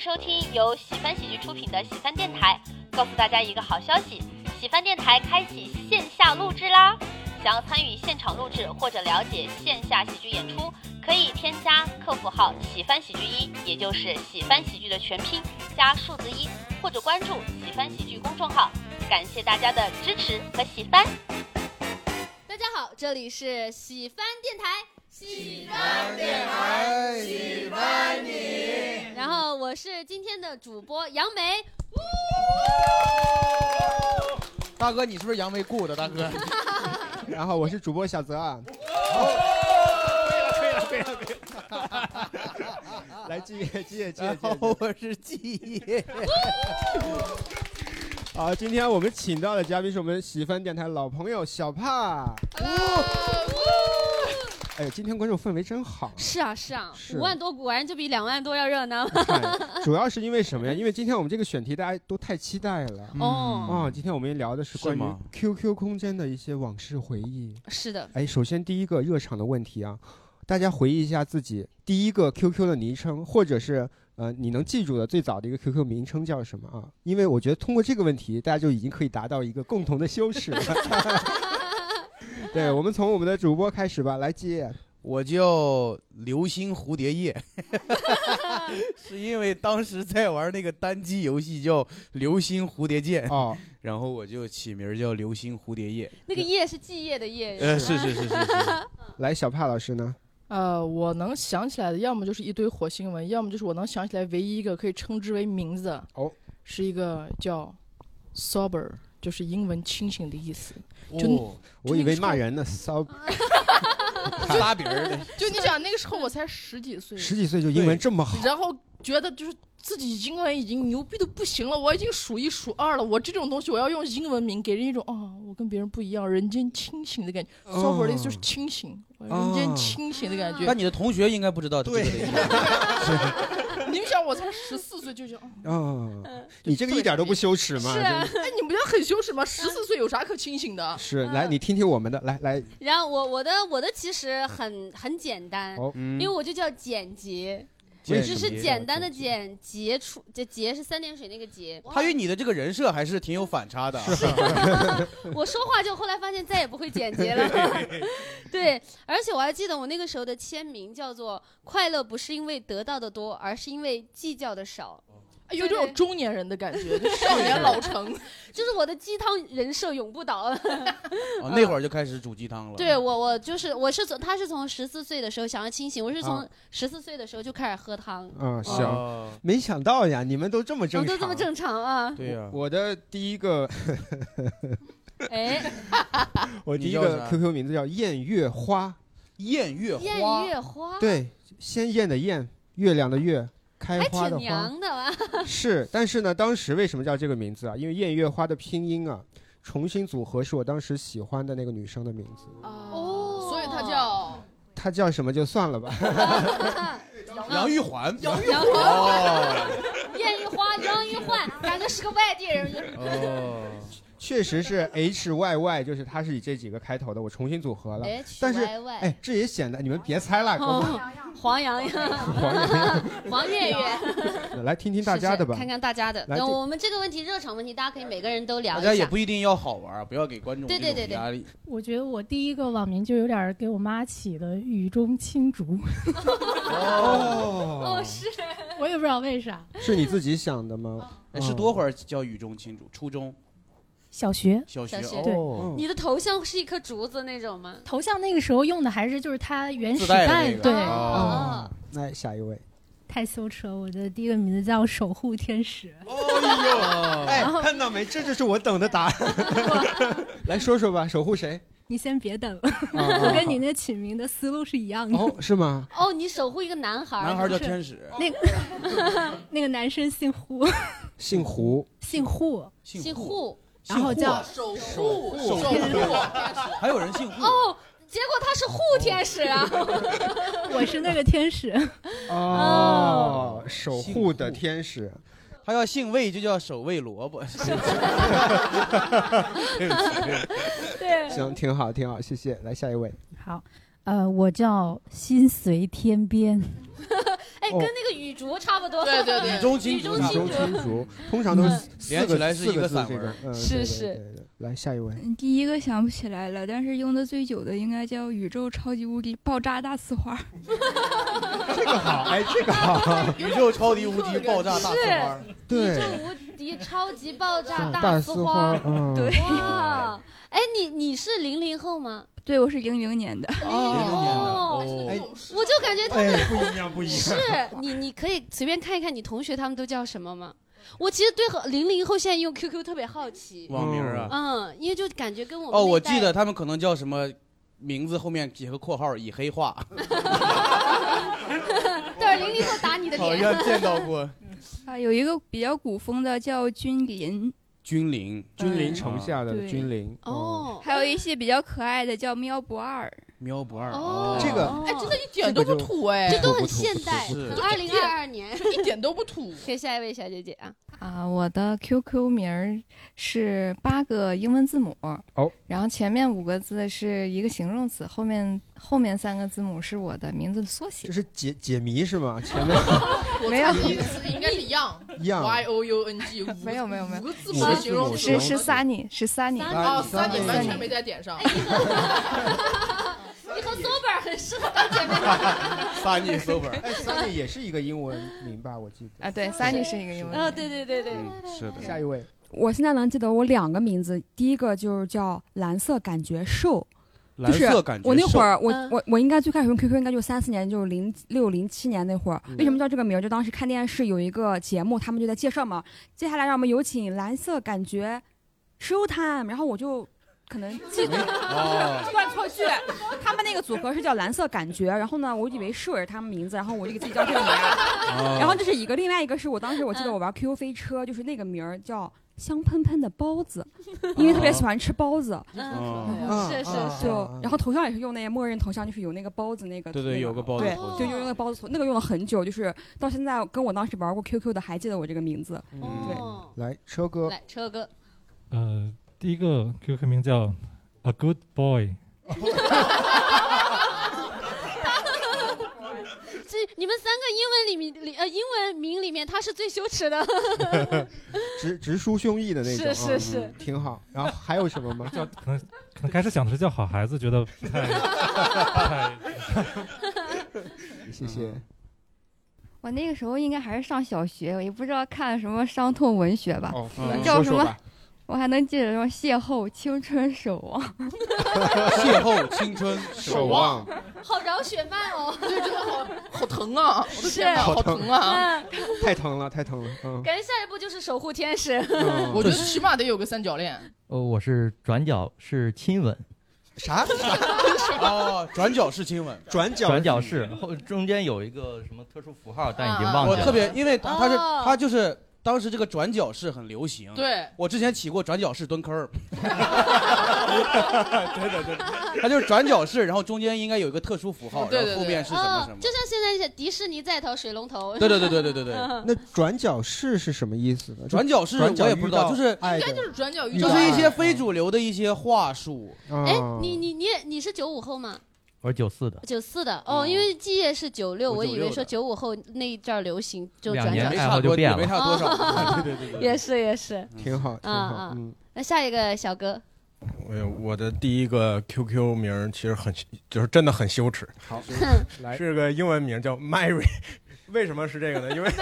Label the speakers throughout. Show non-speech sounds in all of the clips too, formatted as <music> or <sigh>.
Speaker 1: 收听由喜翻喜剧出品的喜翻电台。告诉大家一个好消息，喜翻电台开启线下录制啦！想要参与现场录制或者了解线下喜剧演出，可以添加客服号“喜翻喜剧一”，也就是喜翻喜剧的全拼加数字一，或者关注喜翻喜剧公众号。感谢大家的支持和喜翻。
Speaker 2: 大家好，这里是喜翻电台，喜
Speaker 3: 翻电台喜欢你。
Speaker 2: 然后我是今天的主播杨梅，
Speaker 4: 大哥，你是不是杨梅雇的？大哥，
Speaker 3: <laughs> 然后我是主播小泽啊，
Speaker 5: 可以了，可以了，可以
Speaker 3: 来继续继续继
Speaker 4: 啊然
Speaker 3: 续。
Speaker 4: 后我是季爷，
Speaker 3: <laughs> 好，今天我们请到的嘉宾是我们喜番电台老朋友小帕。哎，今天观众氛围真好。
Speaker 2: 是啊是啊，
Speaker 3: 是
Speaker 2: 五万多果然就比两万多要热闹。
Speaker 3: 看主要是因为什么呀？因为今天我们这个选题大家都太期待了。
Speaker 2: 哦
Speaker 3: 啊、今天我们聊的是
Speaker 5: 是
Speaker 3: 关于
Speaker 5: 吗
Speaker 3: QQ 空间的一些往事回忆。
Speaker 2: 是的，
Speaker 3: 哎，首先第一个热场的问题啊，大家回忆一下自己第一个 QQ 的昵称，或者是呃你能记住的最早的一个 QQ 名称叫什么啊？因为我觉得通过这个问题，大家就已经可以达到一个共同的羞耻了。 <laughs> 对，我们从我们的主播开始吧，来接。
Speaker 4: 我叫流星蝴蝶叶， <laughs> 是因为当时在玩那个单机游戏叫《流星蝴蝶剑》，
Speaker 3: 哦，
Speaker 4: <laughs> 然后我就起名叫流星蝴蝶叶。
Speaker 2: 那个叶是季叶的叶，
Speaker 4: 呃，是是是是
Speaker 2: <laughs>
Speaker 4: 是，
Speaker 3: <laughs> 来小帕老师呢？
Speaker 6: 呃，我能想起来的，要么就是一堆火星文，要么就是我能想起来唯一一个可以称之为名字的
Speaker 3: 哦，
Speaker 6: 是一个叫 sober，就是英文清醒的意思。就
Speaker 4: 哦，
Speaker 3: 我以为骂人呢，骚
Speaker 4: <laughs> 拉别人的，
Speaker 6: 就你想那个时候我才十几岁，
Speaker 3: 十几岁就英文这么好，
Speaker 6: 然后觉得就是自己英文已经牛逼的不行了，我已经数一数二了。我这种东西我要用英文名给人一种啊、我跟别人不一样，人间清醒的感觉。
Speaker 3: 哦
Speaker 6: sober 的意思就是清醒，我人
Speaker 3: 哦
Speaker 6: 间清醒的感觉。
Speaker 4: 那你的同学应该不知道这个的意思。
Speaker 6: <laughs> 你们想，我才十四岁就想，哦
Speaker 3: 嗯、你这个一点都不羞耻吗？
Speaker 2: 是啊
Speaker 3: 真的
Speaker 6: 哎，你们不觉得很羞耻吗？十四岁有啥可清醒的？
Speaker 3: 是，
Speaker 2: 嗯
Speaker 3: 来你听听我们的，来来，
Speaker 2: 然后我我的我的其实很很简单，
Speaker 3: 哦
Speaker 4: 嗯
Speaker 2: 因为我就叫简洁，
Speaker 3: 为
Speaker 2: 只
Speaker 3: 什么
Speaker 2: 是简单的简，杰出这杰是三点水那个杰。
Speaker 4: 他与你的这个人设还是挺有反差的啊。
Speaker 2: 我说话就后来发现再也不会简洁了，对，而且我还记得我那个时候的签名叫做“快乐不是因为得到的多，而是因为计较的少
Speaker 6: 哎有这种中年人的感
Speaker 2: <laughs>
Speaker 6: 觉，就少年老成。”，
Speaker 2: 就是我的鸡汤人设永不
Speaker 6: <laughs>
Speaker 2: 倒了。
Speaker 4: 哦那会儿就开始煮鸡汤了。
Speaker 2: 对我，我就是我是从他是从十四岁的时候想要清醒，我是从
Speaker 3: 啊
Speaker 2: 十四岁的时候就开始喝汤，
Speaker 3: 嗯，行、
Speaker 4: 哦，。
Speaker 3: 没想到呀，你们都这么
Speaker 2: 我
Speaker 3: 正常，
Speaker 2: 哦都这么正常啊
Speaker 4: 对呀，
Speaker 3: 我的第
Speaker 4: <laughs>
Speaker 3: 一个，
Speaker 2: 哎，
Speaker 3: 我第一
Speaker 4: 你叫
Speaker 3: 个
Speaker 4: 啥
Speaker 3: QQ 名字叫燕月花，
Speaker 4: 燕月花，
Speaker 2: 燕月花，
Speaker 3: 对，鲜艳的艳，月亮的月，开
Speaker 2: 还
Speaker 3: 花
Speaker 2: 挺
Speaker 3: 的花，
Speaker 2: 娘的啊吧？
Speaker 3: 是。但是呢，当时为什么叫这个名字啊？因为燕月花的拼音啊，重新组合是我当时喜欢的那个女生的名字，
Speaker 2: 哦
Speaker 6: 所以他叫
Speaker 3: 她叫什么就算了吧。
Speaker 4: <laughs> 杨玉环，杨玉
Speaker 2: 然后
Speaker 4: 哦
Speaker 2: <laughs> 燕一花，杨一焕，感觉是个外地人。
Speaker 4: 哦，
Speaker 3: <laughs> 确实是 H Y Y，就是它是以这几个开头的，我重新组合了。
Speaker 2: H
Speaker 3: 但是
Speaker 2: Y Y，
Speaker 3: 哎，这也显得你们别猜了，哥们
Speaker 2: 哦，黄洋洋，
Speaker 3: <laughs> 黄洋
Speaker 2: 王月月，
Speaker 3: 洋来听听大家的吧
Speaker 2: 是是。看看大家的。那
Speaker 3: 来这
Speaker 2: 我们这个问题热场问题，大家可以每个人都聊
Speaker 4: 大
Speaker 2: 一
Speaker 4: 家
Speaker 2: 下。
Speaker 4: 也不一定要好玩儿，不要给观众
Speaker 2: 对对对
Speaker 4: 这种压力。
Speaker 7: 我觉得我第一个网名就有点儿给我妈起的“雨中青竹 <laughs>
Speaker 3: 哦，
Speaker 2: 是，”，
Speaker 7: 我也不知道为啥。
Speaker 3: 是你自己想的吗？
Speaker 4: 哎是多会儿叫雨中青竹？初中、
Speaker 7: 小学
Speaker 4: 小学
Speaker 2: 小学
Speaker 3: 嗯
Speaker 4: 哦，
Speaker 2: 你的头像是一棵竹子那种吗？
Speaker 7: 头像那个时候用的还是就是它原
Speaker 4: 自
Speaker 7: 始
Speaker 4: 带的
Speaker 7: 带
Speaker 4: 那个
Speaker 7: 对，
Speaker 4: 哦
Speaker 2: 哦，
Speaker 3: 来下一位。
Speaker 7: 太羞耻了。我的第一个名字叫守护天使，
Speaker 4: 哎
Speaker 3: 哎，看到没？这就是我等的答案。 <laughs> 来说说吧，守护谁？
Speaker 7: 你先别等，
Speaker 3: 我
Speaker 7: 我跟你那起名的思路是一样的。
Speaker 3: 哦，是吗？
Speaker 2: <laughs> 哦，你守护一个男孩儿，哦
Speaker 4: 男孩叫天使，
Speaker 7: 那个
Speaker 2: <laughs>
Speaker 7: 那个男生姓胡，
Speaker 3: 姓胡，
Speaker 7: 姓护，
Speaker 2: 姓
Speaker 4: 护，
Speaker 2: 户，
Speaker 7: 然后
Speaker 4: 姓
Speaker 7: 叫
Speaker 4: 户啊
Speaker 6: 守护
Speaker 4: 守护啊还有人姓户
Speaker 2: 哦，结果他是护天使啊！哎
Speaker 7: 我是那个天使。
Speaker 3: 哦，守
Speaker 4: 姓
Speaker 3: 护的
Speaker 4: 胡
Speaker 3: 天使。
Speaker 4: 他要姓魏就叫守卫萝卜。
Speaker 3: <laughs>
Speaker 2: 对，
Speaker 3: 行，挺好，挺好，谢谢。来下一位。
Speaker 7: 好，呃，我叫心随天边，
Speaker 2: 哎，
Speaker 3: 哦
Speaker 2: 跟那个雨竹差不多。
Speaker 6: 对对对
Speaker 4: 雨中青
Speaker 2: 雨
Speaker 4: 竹
Speaker 2: 中
Speaker 3: 雨
Speaker 4: 上
Speaker 2: 青
Speaker 3: 中
Speaker 2: 竹嗯 <laughs>
Speaker 3: 青竹，通常都是四
Speaker 4: 连起来
Speaker 3: 个
Speaker 4: 是
Speaker 3: 四
Speaker 4: 一个
Speaker 3: 字
Speaker 4: 散
Speaker 3: 这
Speaker 4: 文
Speaker 3: 种
Speaker 4: 儿，
Speaker 3: 嗯，
Speaker 2: 是
Speaker 3: 对
Speaker 2: 是。
Speaker 3: 对对对来下一
Speaker 2: <laughs>
Speaker 3: 位，
Speaker 8: 嗯，第一个想不起来了，但是用的最久的应该叫宇宙超级无敌爆炸大呲花。
Speaker 3: 这个好，哎，这个好，
Speaker 4: <laughs> 宇宙超级无敌爆炸大
Speaker 2: 是
Speaker 4: 四花，
Speaker 2: 宇
Speaker 3: 对
Speaker 2: 宙，无敌超级爆炸
Speaker 3: 大
Speaker 2: 呲
Speaker 3: 花
Speaker 2: 花，，
Speaker 3: 嗯，
Speaker 8: 对
Speaker 2: 哇！哎，你你是零零后吗？
Speaker 8: 对，我是零零年的，
Speaker 2: 哦，
Speaker 4: 哦，
Speaker 2: 我就感觉他
Speaker 3: 哎，
Speaker 5: 不一样，不一样。
Speaker 2: 是你，你可以随便看一看你同学他们都叫什么吗？我其实对和零零后现在用 QQ 特别好奇，
Speaker 4: 网名儿啊，
Speaker 2: 嗯，因为就感觉跟我们
Speaker 4: 哦，
Speaker 2: 那一
Speaker 4: 我
Speaker 2: 代 <laughs>
Speaker 4: 记得他们可能叫什么名字后面几个括号，已黑化，
Speaker 2: 对零零后
Speaker 8: <laughs>
Speaker 2: 打你的
Speaker 4: 好
Speaker 2: 脸，
Speaker 4: 像见到过
Speaker 8: 啊，有一个比较古风的叫君临，
Speaker 4: 君临，
Speaker 3: 君临城下的
Speaker 8: 对
Speaker 3: 君临，
Speaker 2: 哦，
Speaker 8: 还有一些比较可爱的叫喵不二。
Speaker 4: 喵不二，
Speaker 2: 哦，
Speaker 3: 这个
Speaker 6: 哎，真的一点
Speaker 3: 这个
Speaker 6: 都不
Speaker 3: 就
Speaker 6: 土哎，
Speaker 2: 这都
Speaker 3: 不
Speaker 2: 很
Speaker 3: 土
Speaker 2: 现代，
Speaker 4: 是
Speaker 2: 很二零二二年。
Speaker 6: 一点都不土。
Speaker 2: 给下一位小姐姐啊，
Speaker 9: 啊，我的 QQ 名儿是八个英文字母，
Speaker 3: 哦，
Speaker 9: 然后前面五个字是一个形容词，后面后面三个字母是我的名字的缩写
Speaker 3: 这。是解解谜是吗？前
Speaker 2: <laughs>
Speaker 3: 面
Speaker 6: 我
Speaker 9: 没
Speaker 3: <laughs>
Speaker 9: 有
Speaker 6: 猜你的词应该是 young
Speaker 3: 一样，啊
Speaker 6: y o u n g，
Speaker 9: 没有没有没有
Speaker 6: 五个字
Speaker 3: 五
Speaker 6: 母
Speaker 3: 个
Speaker 6: 的
Speaker 3: 字
Speaker 6: 形容
Speaker 3: 母
Speaker 6: 词
Speaker 9: 是是
Speaker 6: 三
Speaker 9: Sunny，是 Sunny，
Speaker 3: 三
Speaker 6: 啊，
Speaker 3: 三
Speaker 6: 三
Speaker 3: 你
Speaker 6: 你完全
Speaker 9: 三
Speaker 6: 没在点上。
Speaker 2: 你和 sober 很适合当姐妹。
Speaker 4: 三你 sober，
Speaker 3: 哎，Sunny 也是一个英文名吧？我记得。
Speaker 9: 啊，对，Sunny 是一个英文
Speaker 2: 啊，
Speaker 9: 名。
Speaker 2: 对对对对，
Speaker 4: <laughs> 嗯，是的，
Speaker 3: 下一位，
Speaker 10: 我现在能记得我两个名字，第一个就是叫蓝色感觉瘦，
Speaker 4: 蓝
Speaker 10: 是
Speaker 4: 色感觉瘦，
Speaker 10: 我那会儿我、
Speaker 2: 嗯
Speaker 10: 我我应该最开始用 QQ 应该就三四年，就是零六零七年那会儿。为什
Speaker 4: 嗯
Speaker 10: 么叫这个名儿？就当时看电视有一个节目，他们就在介绍嘛。接下来让我们有请蓝色感觉 show time，然后我就可能记
Speaker 2: <laughs>
Speaker 10: 不
Speaker 4: 哦，
Speaker 10: 乱凑句。他们那个组合是叫蓝色感觉，然后呢，我以为瘦也是他们名字，然后我就给自己叫这个名儿。
Speaker 2: <laughs>
Speaker 10: 然
Speaker 4: 然
Speaker 10: 后这是一个，另外一个是我当时我记
Speaker 2: 嗯
Speaker 10: 得我玩 QQ 飞车，就是那个名儿叫香喷喷的包子，
Speaker 2: 哦
Speaker 10: 因为特别喜欢吃包子，
Speaker 4: 嗯，
Speaker 3: 啊
Speaker 2: 是是
Speaker 3: 啊
Speaker 10: 就
Speaker 3: 啊啊
Speaker 10: 然后头像也是用那个默认头像，就是有那个包子那个。
Speaker 4: 哦对对，有个。包子
Speaker 10: 对
Speaker 4: 头，
Speaker 10: 就用那个包子头，那个用了很久，就是到现在跟我当时玩过 QQ 的还记得我这个名字。
Speaker 4: 嗯
Speaker 2: 哦，
Speaker 3: 来车哥，
Speaker 2: 来车哥，
Speaker 11: 呃，第一个 QQ 名叫 A Good Boy，
Speaker 2: <laughs> 这你们三个英文里面里呃英文名里面他是最羞耻的，
Speaker 3: 直直抒胸臆的那种，
Speaker 2: 是是
Speaker 3: 嗯
Speaker 2: 是，
Speaker 3: 挺好。然后还有什么吗？叫
Speaker 11: 可能可能开始想的是叫好孩子，觉得不太不太 <laughs>
Speaker 3: 谢谢。
Speaker 9: 我那个时候应该还是上小学，我也不知道看什么伤痛文学吧，
Speaker 3: 哦
Speaker 4: 嗯
Speaker 9: 叫
Speaker 3: 说
Speaker 9: 什
Speaker 3: 说
Speaker 9: 么
Speaker 3: 吧
Speaker 9: <laughs> 我还能记得什么邂逅、青春守望。
Speaker 4: <laughs> 邂逅青春
Speaker 3: <laughs> 守望，
Speaker 2: <laughs> 好饶雪漫哦。
Speaker 6: 对，真的好好疼啊！我的
Speaker 9: 是
Speaker 6: 天哪，
Speaker 3: 好
Speaker 6: 好
Speaker 3: 疼
Speaker 6: 疼啊！
Speaker 2: <laughs> 嗯，
Speaker 3: 太疼了，太疼了。嗯，
Speaker 2: 感觉下一步就是守护天使。
Speaker 3: 嗯
Speaker 6: <laughs> 我觉得起码得有个三角恋。
Speaker 11: 呃，我是转角是亲吻，
Speaker 3: 啥
Speaker 4: 哦，转角是亲吻，
Speaker 3: 转角
Speaker 11: 转角是后中间有一个什么特殊符号，但已经忘
Speaker 4: 嗯我
Speaker 11: 记了。
Speaker 4: 特别，因为他他是
Speaker 2: 哦
Speaker 4: 他就是当时这个转角式很流行，。
Speaker 6: 对，
Speaker 4: 我之前起过转角式蹲
Speaker 11: <laughs>
Speaker 4: 坑儿，对对对，它就是转角式，然后中间应该有一个特殊符号，
Speaker 6: 对
Speaker 4: 然
Speaker 6: 对嗯
Speaker 4: 后后面是什么
Speaker 2: 哦
Speaker 4: 什么，
Speaker 2: 就像现在迪士尼在逃水龙头，
Speaker 4: 对对对对对对对，
Speaker 2: 嗯
Speaker 3: <laughs> 那转角式是什么意思呢？
Speaker 4: 转角式
Speaker 3: 转角
Speaker 4: 我也不知道，就是
Speaker 3: 爱
Speaker 6: 应该就
Speaker 3: 的，
Speaker 6: 是转角遇
Speaker 4: 就
Speaker 3: 遇
Speaker 6: 到
Speaker 3: 到
Speaker 4: 是
Speaker 6: 爱。
Speaker 4: 一些非主流的一些话
Speaker 3: <laughs>
Speaker 4: 术，
Speaker 2: 哎
Speaker 3: 啊，
Speaker 2: 你你你也你是九五后吗？
Speaker 11: 我是九四的，
Speaker 2: 九四的哦，
Speaker 4: 嗯
Speaker 2: 因为基业是九六，
Speaker 4: 我
Speaker 2: 我以
Speaker 4: 96
Speaker 2: 为
Speaker 4: 的
Speaker 2: 说九五后那一阵儿流行就
Speaker 11: 两
Speaker 2: 转
Speaker 11: 年
Speaker 2: 角
Speaker 4: 没
Speaker 11: 哎
Speaker 4: 差
Speaker 11: 好
Speaker 4: 多，
Speaker 11: 就变了
Speaker 4: 也没差多
Speaker 2: <laughs> 哦
Speaker 4: 少，对对对嗯对，
Speaker 2: 也是也是。
Speaker 3: 挺好，挺
Speaker 2: 啊
Speaker 3: 好
Speaker 2: 啊。
Speaker 3: 嗯，
Speaker 2: 那下一个小哥，
Speaker 5: 我哎我的第一个 QQ 名儿其实很就是真的很羞耻，
Speaker 3: 好，来，
Speaker 5: 是个英文名叫 Mary。为 <laughs> 什么是这个
Speaker 6: <laughs>
Speaker 5: 呢？因为
Speaker 2: <laughs>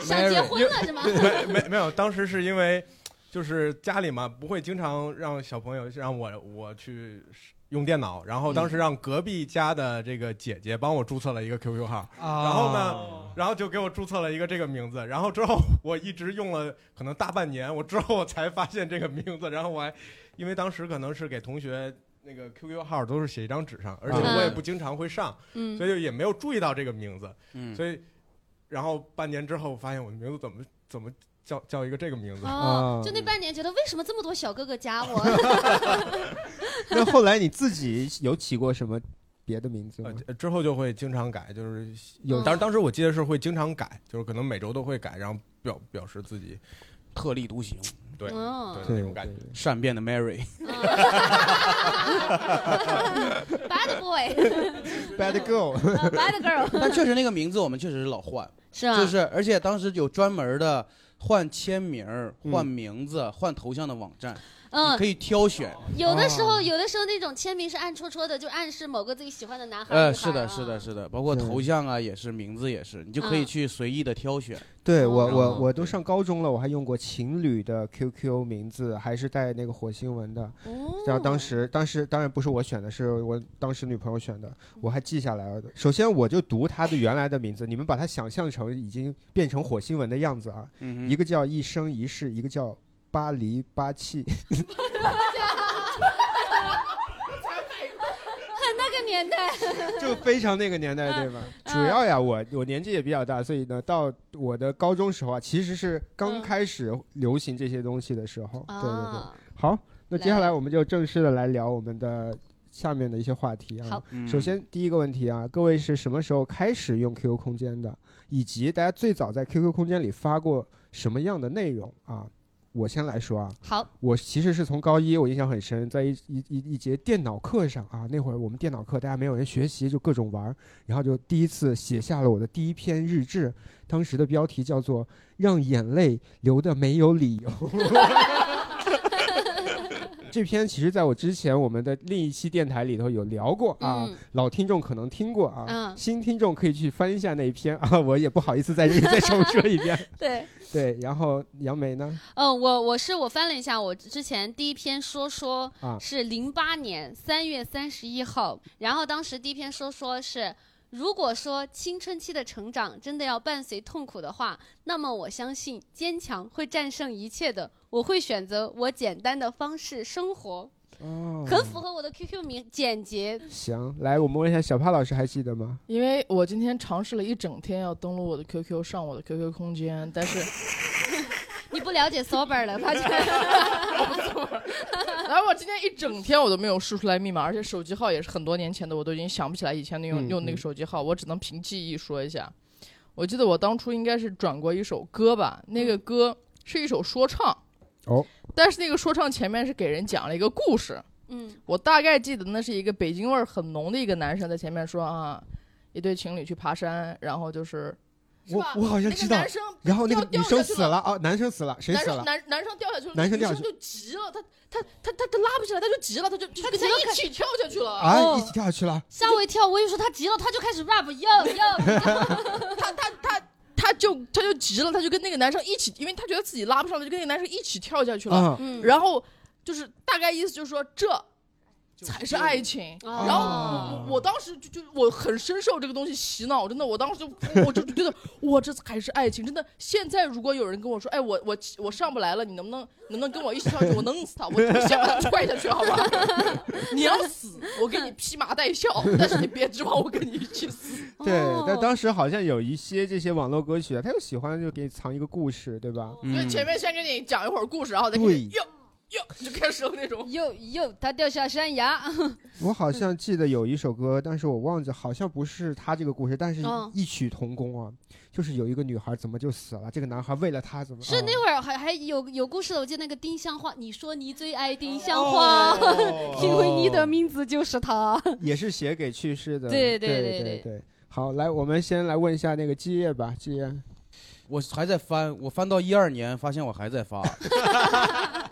Speaker 2: 想结婚了是吗？
Speaker 5: 没没没有，当时是因为就是家里嘛不会经常让小朋友让我我去用电脑，然后当时让隔壁家的这个姐姐帮我注册了一个 QQ 号，
Speaker 4: 啊
Speaker 3: 啊
Speaker 5: 然后呢，然后就给我注册了一个这个名字，然后之后我一直用了可能大半年，我之后我才发现这个名字，然后我还因为当时可能是给同学。那个 QQ 号都是写一张纸上，而且
Speaker 4: 啊
Speaker 2: 嗯
Speaker 5: 我也不经常会上，
Speaker 2: 嗯
Speaker 5: 所，以也没有注意到这个名字。
Speaker 4: 嗯，
Speaker 5: 所以，然后半年之后发现我的名字怎么怎么叫叫一个这个
Speaker 4: 嗯
Speaker 5: 名字，
Speaker 2: 哦
Speaker 3: 啊，
Speaker 2: 就那半年觉得为什么这么多小哥哥加我？ <laughs>
Speaker 3: 那后来你自己有起过什么别的名字吗？
Speaker 5: 呃，之后就会经常改，就是
Speaker 2: 嗯
Speaker 3: 有
Speaker 5: 当当时我记得是会经常改，就是可能每周都会改，然后表表示自己
Speaker 4: 特立独行，
Speaker 5: 对
Speaker 6: 嗯
Speaker 2: 哦
Speaker 5: 对那种感觉，
Speaker 4: 善变的 Mary， <laughs>
Speaker 2: 嗯
Speaker 5: <laughs>
Speaker 2: Bad boy， <laughs>
Speaker 4: Bad girl，
Speaker 2: 呃，bad girl
Speaker 4: <laughs> 但确实那个名字我们确实是老换，
Speaker 2: <laughs> 是啊吧
Speaker 4: 就是而且当时有专门的换签名儿、
Speaker 3: 嗯
Speaker 4: 换名字、换头像的网站，
Speaker 2: 嗯
Speaker 4: 你可以挑选。啊
Speaker 2: 有的时
Speaker 4: 哦
Speaker 2: 候，有的时候那种签名是暗戳戳的，就暗示某个自己喜欢的男孩。
Speaker 4: 呃，是的，是的，是的，包括头像啊，也是名字也是，你就可以
Speaker 2: 啊嗯
Speaker 4: 去随意的挑选。
Speaker 3: 对我
Speaker 4: 然
Speaker 3: 我
Speaker 4: 后
Speaker 3: 我都上高中了，我还用过情侣的 QQ 名字，还是带那个火星文的。
Speaker 4: 哦
Speaker 3: 然后当时当时当然不是我选的，是我当时女朋友选的，我还记下来了的。首先我就读她的原来的名字，你们把它想象成已经变成火星文的样子啊。
Speaker 4: 嗯
Speaker 3: 一个叫一生一世，一个叫巴黎巴气。
Speaker 2: <laughs> 很那个年代。 <laughs>
Speaker 3: 就非常那个年
Speaker 2: 嗯
Speaker 3: 代，对吧？主要呀，我我年纪也比较大，所以呢，到我的高中时候啊，其实是刚开始流行这些东西的时候。
Speaker 2: 嗯
Speaker 3: 对对对。好，那接下来我们就正式的来聊我们的下面的一些话题啊
Speaker 2: 好。
Speaker 3: 首先第一个问题啊，各位是什么时候开始用 QQ 空间的？以及大家最早在 QQ 空间里发过什么样的内容啊？我先来说啊，
Speaker 2: 好，
Speaker 3: 我其实是从高一，我印象很深，在一一一一节电脑课上啊，那会儿我们电脑课大家没有人学习，就各种玩儿，然后就第一次写下了我的第一篇日志，当时的标题叫做《让眼泪流的没有理由》。 <laughs> 这篇其实在我之前我们的另一期电台里头有聊过啊，
Speaker 2: 嗯
Speaker 3: 老听众可能听过啊，
Speaker 2: 嗯
Speaker 3: 新听众可以去翻一下那一篇啊，我也不好意思在这里再重说一遍。 <laughs>
Speaker 2: 对，
Speaker 3: 对，然后杨梅呢？
Speaker 2: 呃，我我是我翻了一下，我之前第一篇说说
Speaker 3: 啊
Speaker 2: 是零八年三月三十一号，然后当时第一篇说说是。如果说青春期的成长真的要伴随痛苦的话，那么我相信坚强会战胜一切的。我会选择我简单的方式生活，
Speaker 3: 哦
Speaker 2: 很符合我的 QQ 名，简洁。
Speaker 3: 行，来，我们问一下小帕老师还记得吗？
Speaker 6: <laughs> 因为我今天尝试了一整天要登录我的 QQ 上我的 QQ 空间，但是
Speaker 2: 你不了解 sober 了，发
Speaker 3: 哦
Speaker 2: <laughs> 现
Speaker 6: <laughs> 然后我今天一整天我都没有输出来密码，而且手机号也是很多年前的，我都已经想不起来以前的用、
Speaker 12: 嗯
Speaker 6: 用
Speaker 12: 嗯
Speaker 6: 那个手机号，我只能凭记忆说一下。我记得我当初应该是转过一首歌吧，那个歌是一首说唱，
Speaker 3: 哦，
Speaker 6: 但是那个说唱前面是给人讲了一个故事，
Speaker 2: 嗯，
Speaker 6: 我大概记得那是一个北京味儿很浓的一个男生在前面说啊，一对情侣去爬山，然后就是
Speaker 3: 我我好像知道
Speaker 6: 那个男生，
Speaker 3: 然后那个
Speaker 6: 掉
Speaker 3: 女
Speaker 6: 掉
Speaker 3: 生
Speaker 6: 下去
Speaker 3: 死了啊，男生死了，谁
Speaker 6: 男
Speaker 3: 死
Speaker 6: 生
Speaker 3: 了？
Speaker 6: 男男生掉下去了，
Speaker 3: 男生
Speaker 6: 女
Speaker 3: 掉
Speaker 6: 生
Speaker 3: 下去
Speaker 6: 就急了，他他他他他拉不起来，他就急了，他就就
Speaker 2: 他
Speaker 6: 跟
Speaker 2: 急了
Speaker 6: 他一起跳下去了
Speaker 3: 啊，一起跳下去了。
Speaker 2: 吓我一跳。我一说他急了，他就开始 rap，哟
Speaker 6: <laughs>
Speaker 2: 哟，
Speaker 6: 他就他就急了，他就跟那个男生一起，因为他觉得自己拉不上了，就跟那个男生一起跳下去了
Speaker 12: 啊。嗯
Speaker 6: 然后就是大概意思就是说这。才是爱情。然后我我我当时就就我很深受这个东西洗脑，真的，我当时就我就觉得哇，这才是爱情，真的。现在如果有人跟我说，哎，我我我上不来了，你能不能能不能跟我一起跳去？我弄死啊他，我我先把他踹下去，好吧？ <laughs> 你要死，我给你披麻
Speaker 3: <laughs>
Speaker 6: 戴孝，但是你别指望我跟你一起死。
Speaker 3: 对，
Speaker 2: 哦
Speaker 3: 但当时好像有一些这些网络歌曲啊，他又喜欢就给你藏一个故事，对吧？
Speaker 6: 就前面先给你讲一会儿故事，然后再给你
Speaker 3: 嗯对
Speaker 6: 哟哟就开始了那种
Speaker 2: 哟哟，他掉下山崖。 <laughs>
Speaker 3: 我好像记得有一首歌，但是我忘记，好像不是他这个故事，但是
Speaker 2: 嗯
Speaker 3: 异曲同工啊，就是有一个女孩怎么就死了，这个男孩为了她怎么
Speaker 2: 是
Speaker 3: 啊
Speaker 2: 那会儿还还有有故事的，我记得那个丁香花，你说你最爱丁香
Speaker 6: 哦
Speaker 2: 花，
Speaker 6: <laughs>
Speaker 2: 因为
Speaker 6: E
Speaker 2: 你的名字就是它。
Speaker 3: <laughs> 也是写给去世的，
Speaker 2: 对
Speaker 3: 对
Speaker 2: 对对
Speaker 3: 对对。好，来，我们先来问一下那个基业吧，基业，
Speaker 4: 我还在翻，我翻到一二年，发现我还在
Speaker 3: <laughs>
Speaker 4: 发，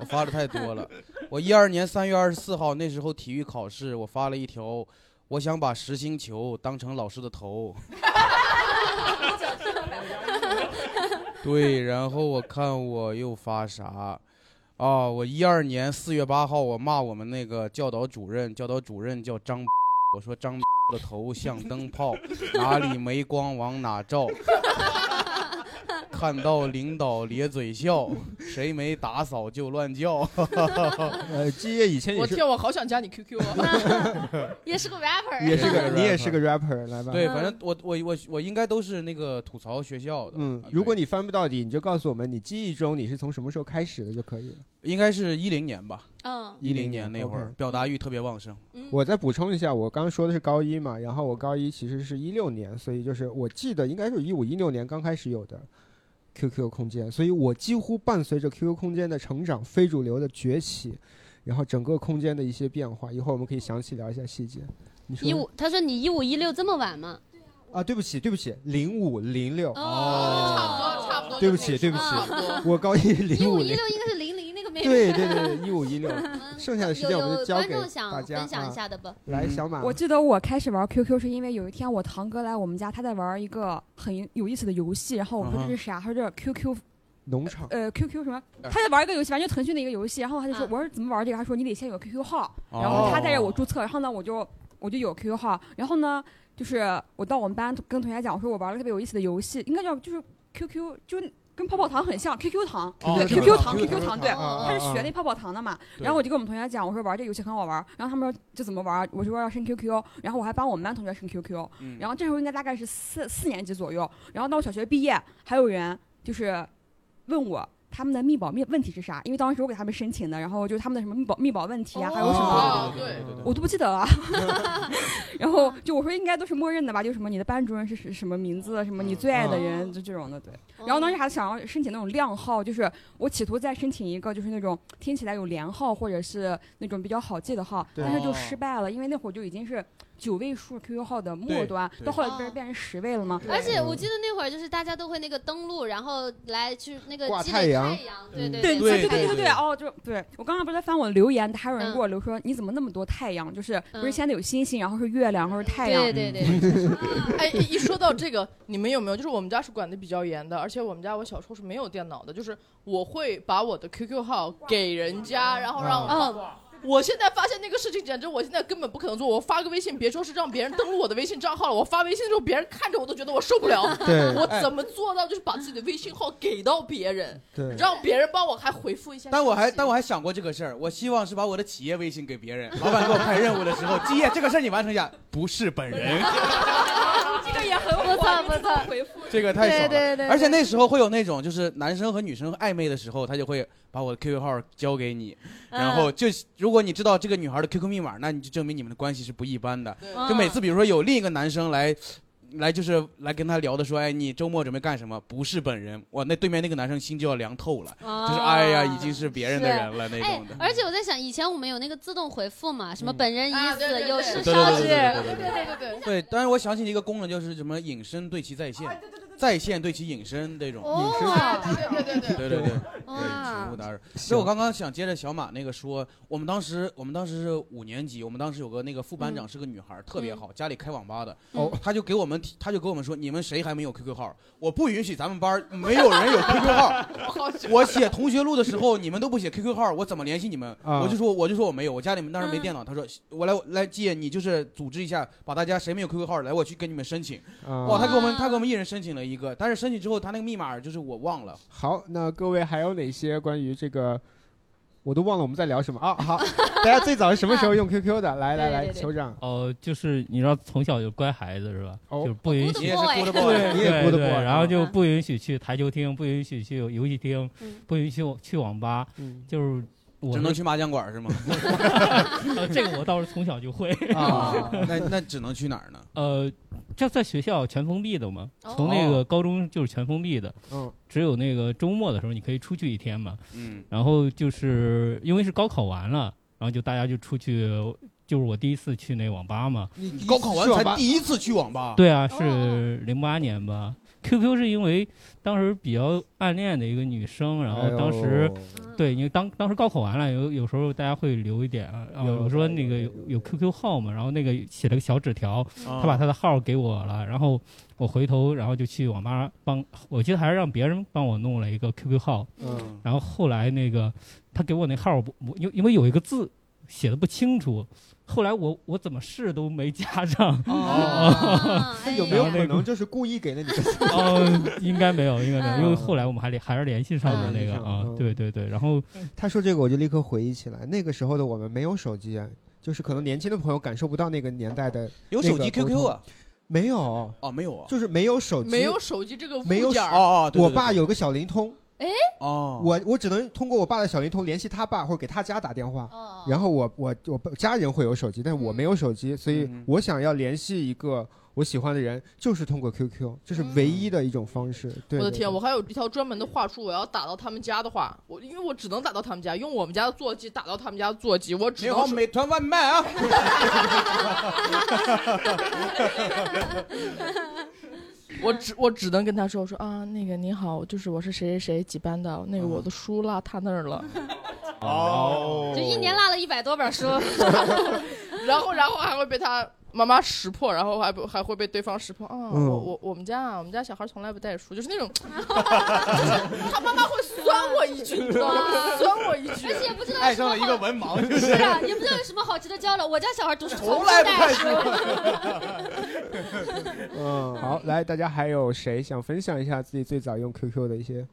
Speaker 4: 我发的太多了。我一二年三月二十四号那时候体育考试，我发了一条，我想把实心球当成老师的头。对，然后我看我又发啥，哦，我一二年四月八号我骂我们那个教导主任，教导主任叫张，我说张的头像灯泡，哪里没光往哪照。看到领导咧嘴笑，谁没打扫就乱叫。
Speaker 3: <laughs> 呃，基业以前
Speaker 6: 我天，我好想加你哦 QQ <laughs> 啊！
Speaker 2: 也是个 rapper，
Speaker 3: 也是个，你也是个
Speaker 4: rapper
Speaker 3: rapper，来吧。
Speaker 4: 对，反正我我我我应该都是那个吐槽学校的，
Speaker 3: 嗯，如果你翻不到底，你就告诉我们你记忆中你是从什么时候开始的就可以了。
Speaker 4: 应该是一零年吧，
Speaker 2: 嗯
Speaker 4: 一零年那会儿
Speaker 3: OK
Speaker 4: 表达欲特别旺盛。
Speaker 3: 我再补充一下，我刚刚说的是高一嘛，然后我高一其实是一六年，所以就是我记得应该是一五一六年刚开始有的。 QQ 空间，所以我几乎伴随着 QQ 空间的成长、非主流的崛起，然后整个空间的一些变化。一会儿我们可以详细聊一下细节。你
Speaker 2: 一
Speaker 3: 说
Speaker 2: 五，他说你一五一六这么晚吗？
Speaker 3: 啊，对不起，对不起，零五零六
Speaker 2: 哦
Speaker 6: 差不多
Speaker 3: 对不起，对不起
Speaker 2: 差不多，
Speaker 3: 我高一零
Speaker 2: 五
Speaker 3: 五
Speaker 2: <laughs> 一
Speaker 3: 零
Speaker 2: 六应该是零零那个没
Speaker 3: 对对对对，一五
Speaker 2: <laughs>
Speaker 3: 一六，剩下的时
Speaker 2: 有
Speaker 3: 间我们
Speaker 2: 有
Speaker 3: 就交
Speaker 2: 观
Speaker 3: 给
Speaker 2: 众
Speaker 3: 大
Speaker 2: 想
Speaker 3: 家
Speaker 2: 分享
Speaker 3: 啊
Speaker 2: 一下的不？
Speaker 6: 嗯
Speaker 3: 来，小马，
Speaker 10: 我记得我开始玩 QQ 是因为有一天我堂哥来我们家，他在玩一个很有意思的游戏，然后我说
Speaker 3: 嗯哼
Speaker 10: 这是啥？他说这 QQ
Speaker 3: 农场，
Speaker 10: 呃 QQ 什么？
Speaker 3: 哎
Speaker 10: 他在玩一个游戏，反正就腾讯的一个游戏，然后他就说我说怎么玩这个？他说你得先有 QQ 号，然后他带着我注册，然后呢我就我就有 QQ 号，然后呢就是我到我们班跟同学讲，我说我玩了个特别有意思的游戏，应该叫就是 QQ 就。跟泡泡糖很像，QQ 糖，
Speaker 12: 哦
Speaker 10: 对
Speaker 12: QQ
Speaker 10: ，QQ
Speaker 12: 糖
Speaker 10: 糖
Speaker 12: ，QQ
Speaker 10: ，QQ
Speaker 12: 糖
Speaker 10: 糖，对，
Speaker 12: 哦
Speaker 10: 他是
Speaker 12: 哦
Speaker 10: 学
Speaker 12: 哦
Speaker 10: 那泡泡糖的嘛。
Speaker 12: 对
Speaker 10: 然后我就跟我们同学讲，我说玩这游戏很好玩儿，然后他们说这怎么玩儿？我说要升 QQ，然后我还帮我们班同学升 QQ，
Speaker 12: 嗯
Speaker 10: 然后这时候应该大概是四四年级左右，然后到小学毕业，还有人就是问我他们的密保密问题是啥，因为当时我给他们申请的，然后就是他们的什么密保密保问题啊，还有什么
Speaker 6: 哦，对对对对对
Speaker 10: 我都不记得了。 <laughs> 然后就我说应该都是默认的吧，就什么你的班主任是是什么名字，什么
Speaker 12: 嗯
Speaker 10: 你最爱
Speaker 2: 嗯
Speaker 10: 的
Speaker 12: 哦
Speaker 10: 人，就这种的，对。然后当时还想要申请那种靓号，就是我企图再申请一个，就是那种听起来有连号或者是那种比较好记的号，
Speaker 12: 对
Speaker 10: 但是就
Speaker 12: 哦
Speaker 10: 失败了，因为那会儿就已经是九位数 QQ 号的末
Speaker 12: 对
Speaker 10: 端，
Speaker 12: 对
Speaker 10: 到后来不是变成十位了吗？
Speaker 2: 而
Speaker 6: 嗯
Speaker 2: 且我记得那会儿就是大家都会那个登录，然后来去那个
Speaker 10: 挂
Speaker 2: 积累
Speaker 10: 太阳
Speaker 3: 嗯
Speaker 2: 对对
Speaker 10: 对
Speaker 2: 对
Speaker 10: 对对对对，哦，就对我刚刚不是在翻我留言，还有人给我留说你怎么那么多太阳？就是不是现在有星星，然后是月亮，然后是太阳？
Speaker 6: 对对对
Speaker 4: <laughs>
Speaker 6: 哎，一一说到这个，你们有没有？就是我们家是管的比较严的，而且我们家我小时候是没有电脑的，就是我会把我的 QQ 号给人家，然后让我
Speaker 2: 嗯
Speaker 6: 发。我现在发现那个事情，简直我现在根本不可能做。我发个微信，别说是让别人登录我的微信账号了，我发微信的时候，别人看着我都觉得我受不了。
Speaker 3: 对
Speaker 6: 我怎么做到就是把自己的微信号给到别人，
Speaker 3: 对
Speaker 6: 让别人帮我还回复一下信息？
Speaker 4: 但我还但我还想过这个事儿，我希望是把我的企业微信给别人，老板给我派任务的时候，基业这个事儿你完成一下，不是本人，
Speaker 10: 这个也很
Speaker 2: 不错不错，
Speaker 10: 回复
Speaker 4: 这个太爽了。
Speaker 2: 对对对，
Speaker 4: 而且那
Speaker 2: 对
Speaker 4: 时候会有那种就是男生和女生暧昧的时候，他就会把我的 QQ 号交给你，
Speaker 2: 嗯
Speaker 4: 然后就如果你知道这个女孩的 QQ 密码，那你就证明你们的关系是不一般的。
Speaker 2: 对嗯
Speaker 4: 就每次比如说有另一个男生来。来就是来跟他聊的说，哎，你周末准备干什么？不是本人，哇，那对面那个男生心就要凉透了，
Speaker 2: 啊
Speaker 4: 就是哎呀，已经是别人的
Speaker 2: 是
Speaker 4: 人了那
Speaker 2: 哎
Speaker 4: 种的。，
Speaker 2: 而且我在想，以前我们有那个自动回复嘛，什么
Speaker 4: 嗯
Speaker 2: 本人已
Speaker 6: 啊对对
Speaker 2: 死，
Speaker 6: 对
Speaker 2: 有事
Speaker 4: 对
Speaker 2: 消息，
Speaker 4: 对对对对
Speaker 6: 对对对。
Speaker 4: 对，当然我想起一个功能，就是什么隐身对其在线，在线对其隐身这种。
Speaker 2: 哦
Speaker 6: 对对
Speaker 4: 对
Speaker 6: 对
Speaker 4: 对对，
Speaker 2: 哇
Speaker 4: 对，不打扰。所以我刚刚想接着小马那个说，我们当时我们当时是五年级，我们当时有个那个副班长
Speaker 5: 嗯
Speaker 4: 是个女孩，特别好，家里开网吧的
Speaker 5: 哦，
Speaker 4: 她就给我们提她就给我们说，你们谁还没有 QQ 号？我不允许咱们班儿没有人有 QQ 号。 <laughs> 我写同学录的时候，你们都不写 QQ 号，我怎么联系你们？
Speaker 5: 啊
Speaker 4: 我就说我就说我没有，我家里面当
Speaker 2: 嗯
Speaker 4: 时没电脑。他说我来我来借你就是组织一下，把大家谁没有 QQ 号来，我去跟你们申请。
Speaker 3: 啊
Speaker 4: 哇，他给我们他给我们一人申请了一个，但是申请之后他那个密码就是我忘了。
Speaker 3: 好，那各位还有哪些关于这个，我都忘了我们在聊什么
Speaker 4: <laughs>
Speaker 3: 啊？好，大家最早是什么时候用 QQ 的？来来来，酋长，
Speaker 13: 哦，就是你知道从小就乖孩子是吧？
Speaker 3: 哦
Speaker 13: 就是不允许，
Speaker 3: 你也是 good boy
Speaker 13: 对
Speaker 3: 你也 good
Speaker 13: 对对
Speaker 3: boy
Speaker 13: 然后就不允许去台球厅，不允许去游戏厅，不允许我去网吧，
Speaker 3: 嗯
Speaker 13: 就是我
Speaker 4: 只
Speaker 13: 是
Speaker 4: 能去麻将馆是吗 <laughs>
Speaker 13: 呃这个我倒是从小就会
Speaker 4: 啊那那只能去哪儿呢？
Speaker 13: 呃，这在学校全封闭的嘛，从那个高中就是全封闭的，
Speaker 3: 嗯，
Speaker 13: 只有那个周末的时候你可以出去一天嘛，
Speaker 4: 哦嗯
Speaker 13: 然后就是因为是高考完了，然后就大家就出去，就是我第一次去那网吧嘛，
Speaker 4: 你高考完才第一次去网吧，
Speaker 13: 对啊，是零八年吧。QQ 是因为当时比较暗恋的一个女生，然后
Speaker 4: 哎呦
Speaker 13: 当时、对，因为当当时高考完了，有有时候大家会留一点啊，
Speaker 4: 哎
Speaker 13: 啊我说那个有有 QQ 号嘛，然后那个写了个小纸条，
Speaker 4: 嗯
Speaker 13: 他把他的号给我了，然后我回头然后就去网吧帮，我记得还是让别人帮我弄了一个 QQ 号，
Speaker 4: 嗯
Speaker 13: 然后后来那个他给我那号不，我因为因为有一个字写的不清楚，后来我我怎么试都没加上。
Speaker 3: 哦那 <laughs> 有没有
Speaker 13: 然后
Speaker 3: 可
Speaker 13: 那个
Speaker 3: 能就是故意给了你个？
Speaker 13: 哦，应该没有，应该没有，因为后来我们还联还是联系上的那个啊，
Speaker 3: 嗯
Speaker 13: 对对对，然后
Speaker 3: 他说这个我就立刻回忆起来，那个时候的我们没有手机，啊就是可能年轻的朋友感受不到那个年代的
Speaker 4: 有手机
Speaker 3: 那个沟通
Speaker 4: QQ 啊，
Speaker 3: 没有
Speaker 4: 哦没有啊，
Speaker 3: 就是没有手机，
Speaker 6: 没有手机这个物
Speaker 3: 没有
Speaker 6: 件儿
Speaker 4: 哦哦对对对
Speaker 3: 我爸有个小灵通。
Speaker 2: 哎，
Speaker 4: 哦，
Speaker 3: 我我只能通过我爸的小灵通联系他爸或者给他家打电话，
Speaker 6: 哦嗯
Speaker 3: 然后我我我家人会有手机，但是我没有手机，所以我想要联系一个我喜欢的人就是通过 QQ，这是唯一的一种方式。对，
Speaker 6: 嗯我的
Speaker 3: 对
Speaker 6: 天，
Speaker 3: 对
Speaker 6: 我还有一条专门的话术，我要打到他们家的话，我因为我只能打到他们家，用我们家的座机打到他们家的座机，我只
Speaker 4: 你好，
Speaker 6: 能
Speaker 4: 美团外卖啊！
Speaker 6: <laughs> 我只我只能跟他说，我说啊，那个你好，就是我是谁谁谁几班的，那个
Speaker 3: 嗯
Speaker 6: 我的书落他
Speaker 3: <laughs>
Speaker 6: 那儿了，
Speaker 4: 哦
Speaker 2: 就一年落了一百多本书，
Speaker 6: <laughs> 然后然后还会被他妈妈识破，然后还不还会被对方识破啊，
Speaker 3: 嗯
Speaker 6: 我我我们家啊，我们家小孩从来不带书，就是那种，就是他妈妈会酸我一句，你知道吗？酸我一
Speaker 4: 啊
Speaker 6: 句，
Speaker 2: 而且也不知道
Speaker 6: 爱
Speaker 2: 有什么
Speaker 6: 上了一
Speaker 2: 好
Speaker 6: 个文盲
Speaker 2: 是啊，也不知道有什么好值得交流。我家小孩读书
Speaker 6: 从
Speaker 2: 不
Speaker 6: 来不
Speaker 2: 带
Speaker 6: 看
Speaker 2: 书，
Speaker 3: 嗯，好，来，大家还有谁想分享一下自己最早用 QQ 的一些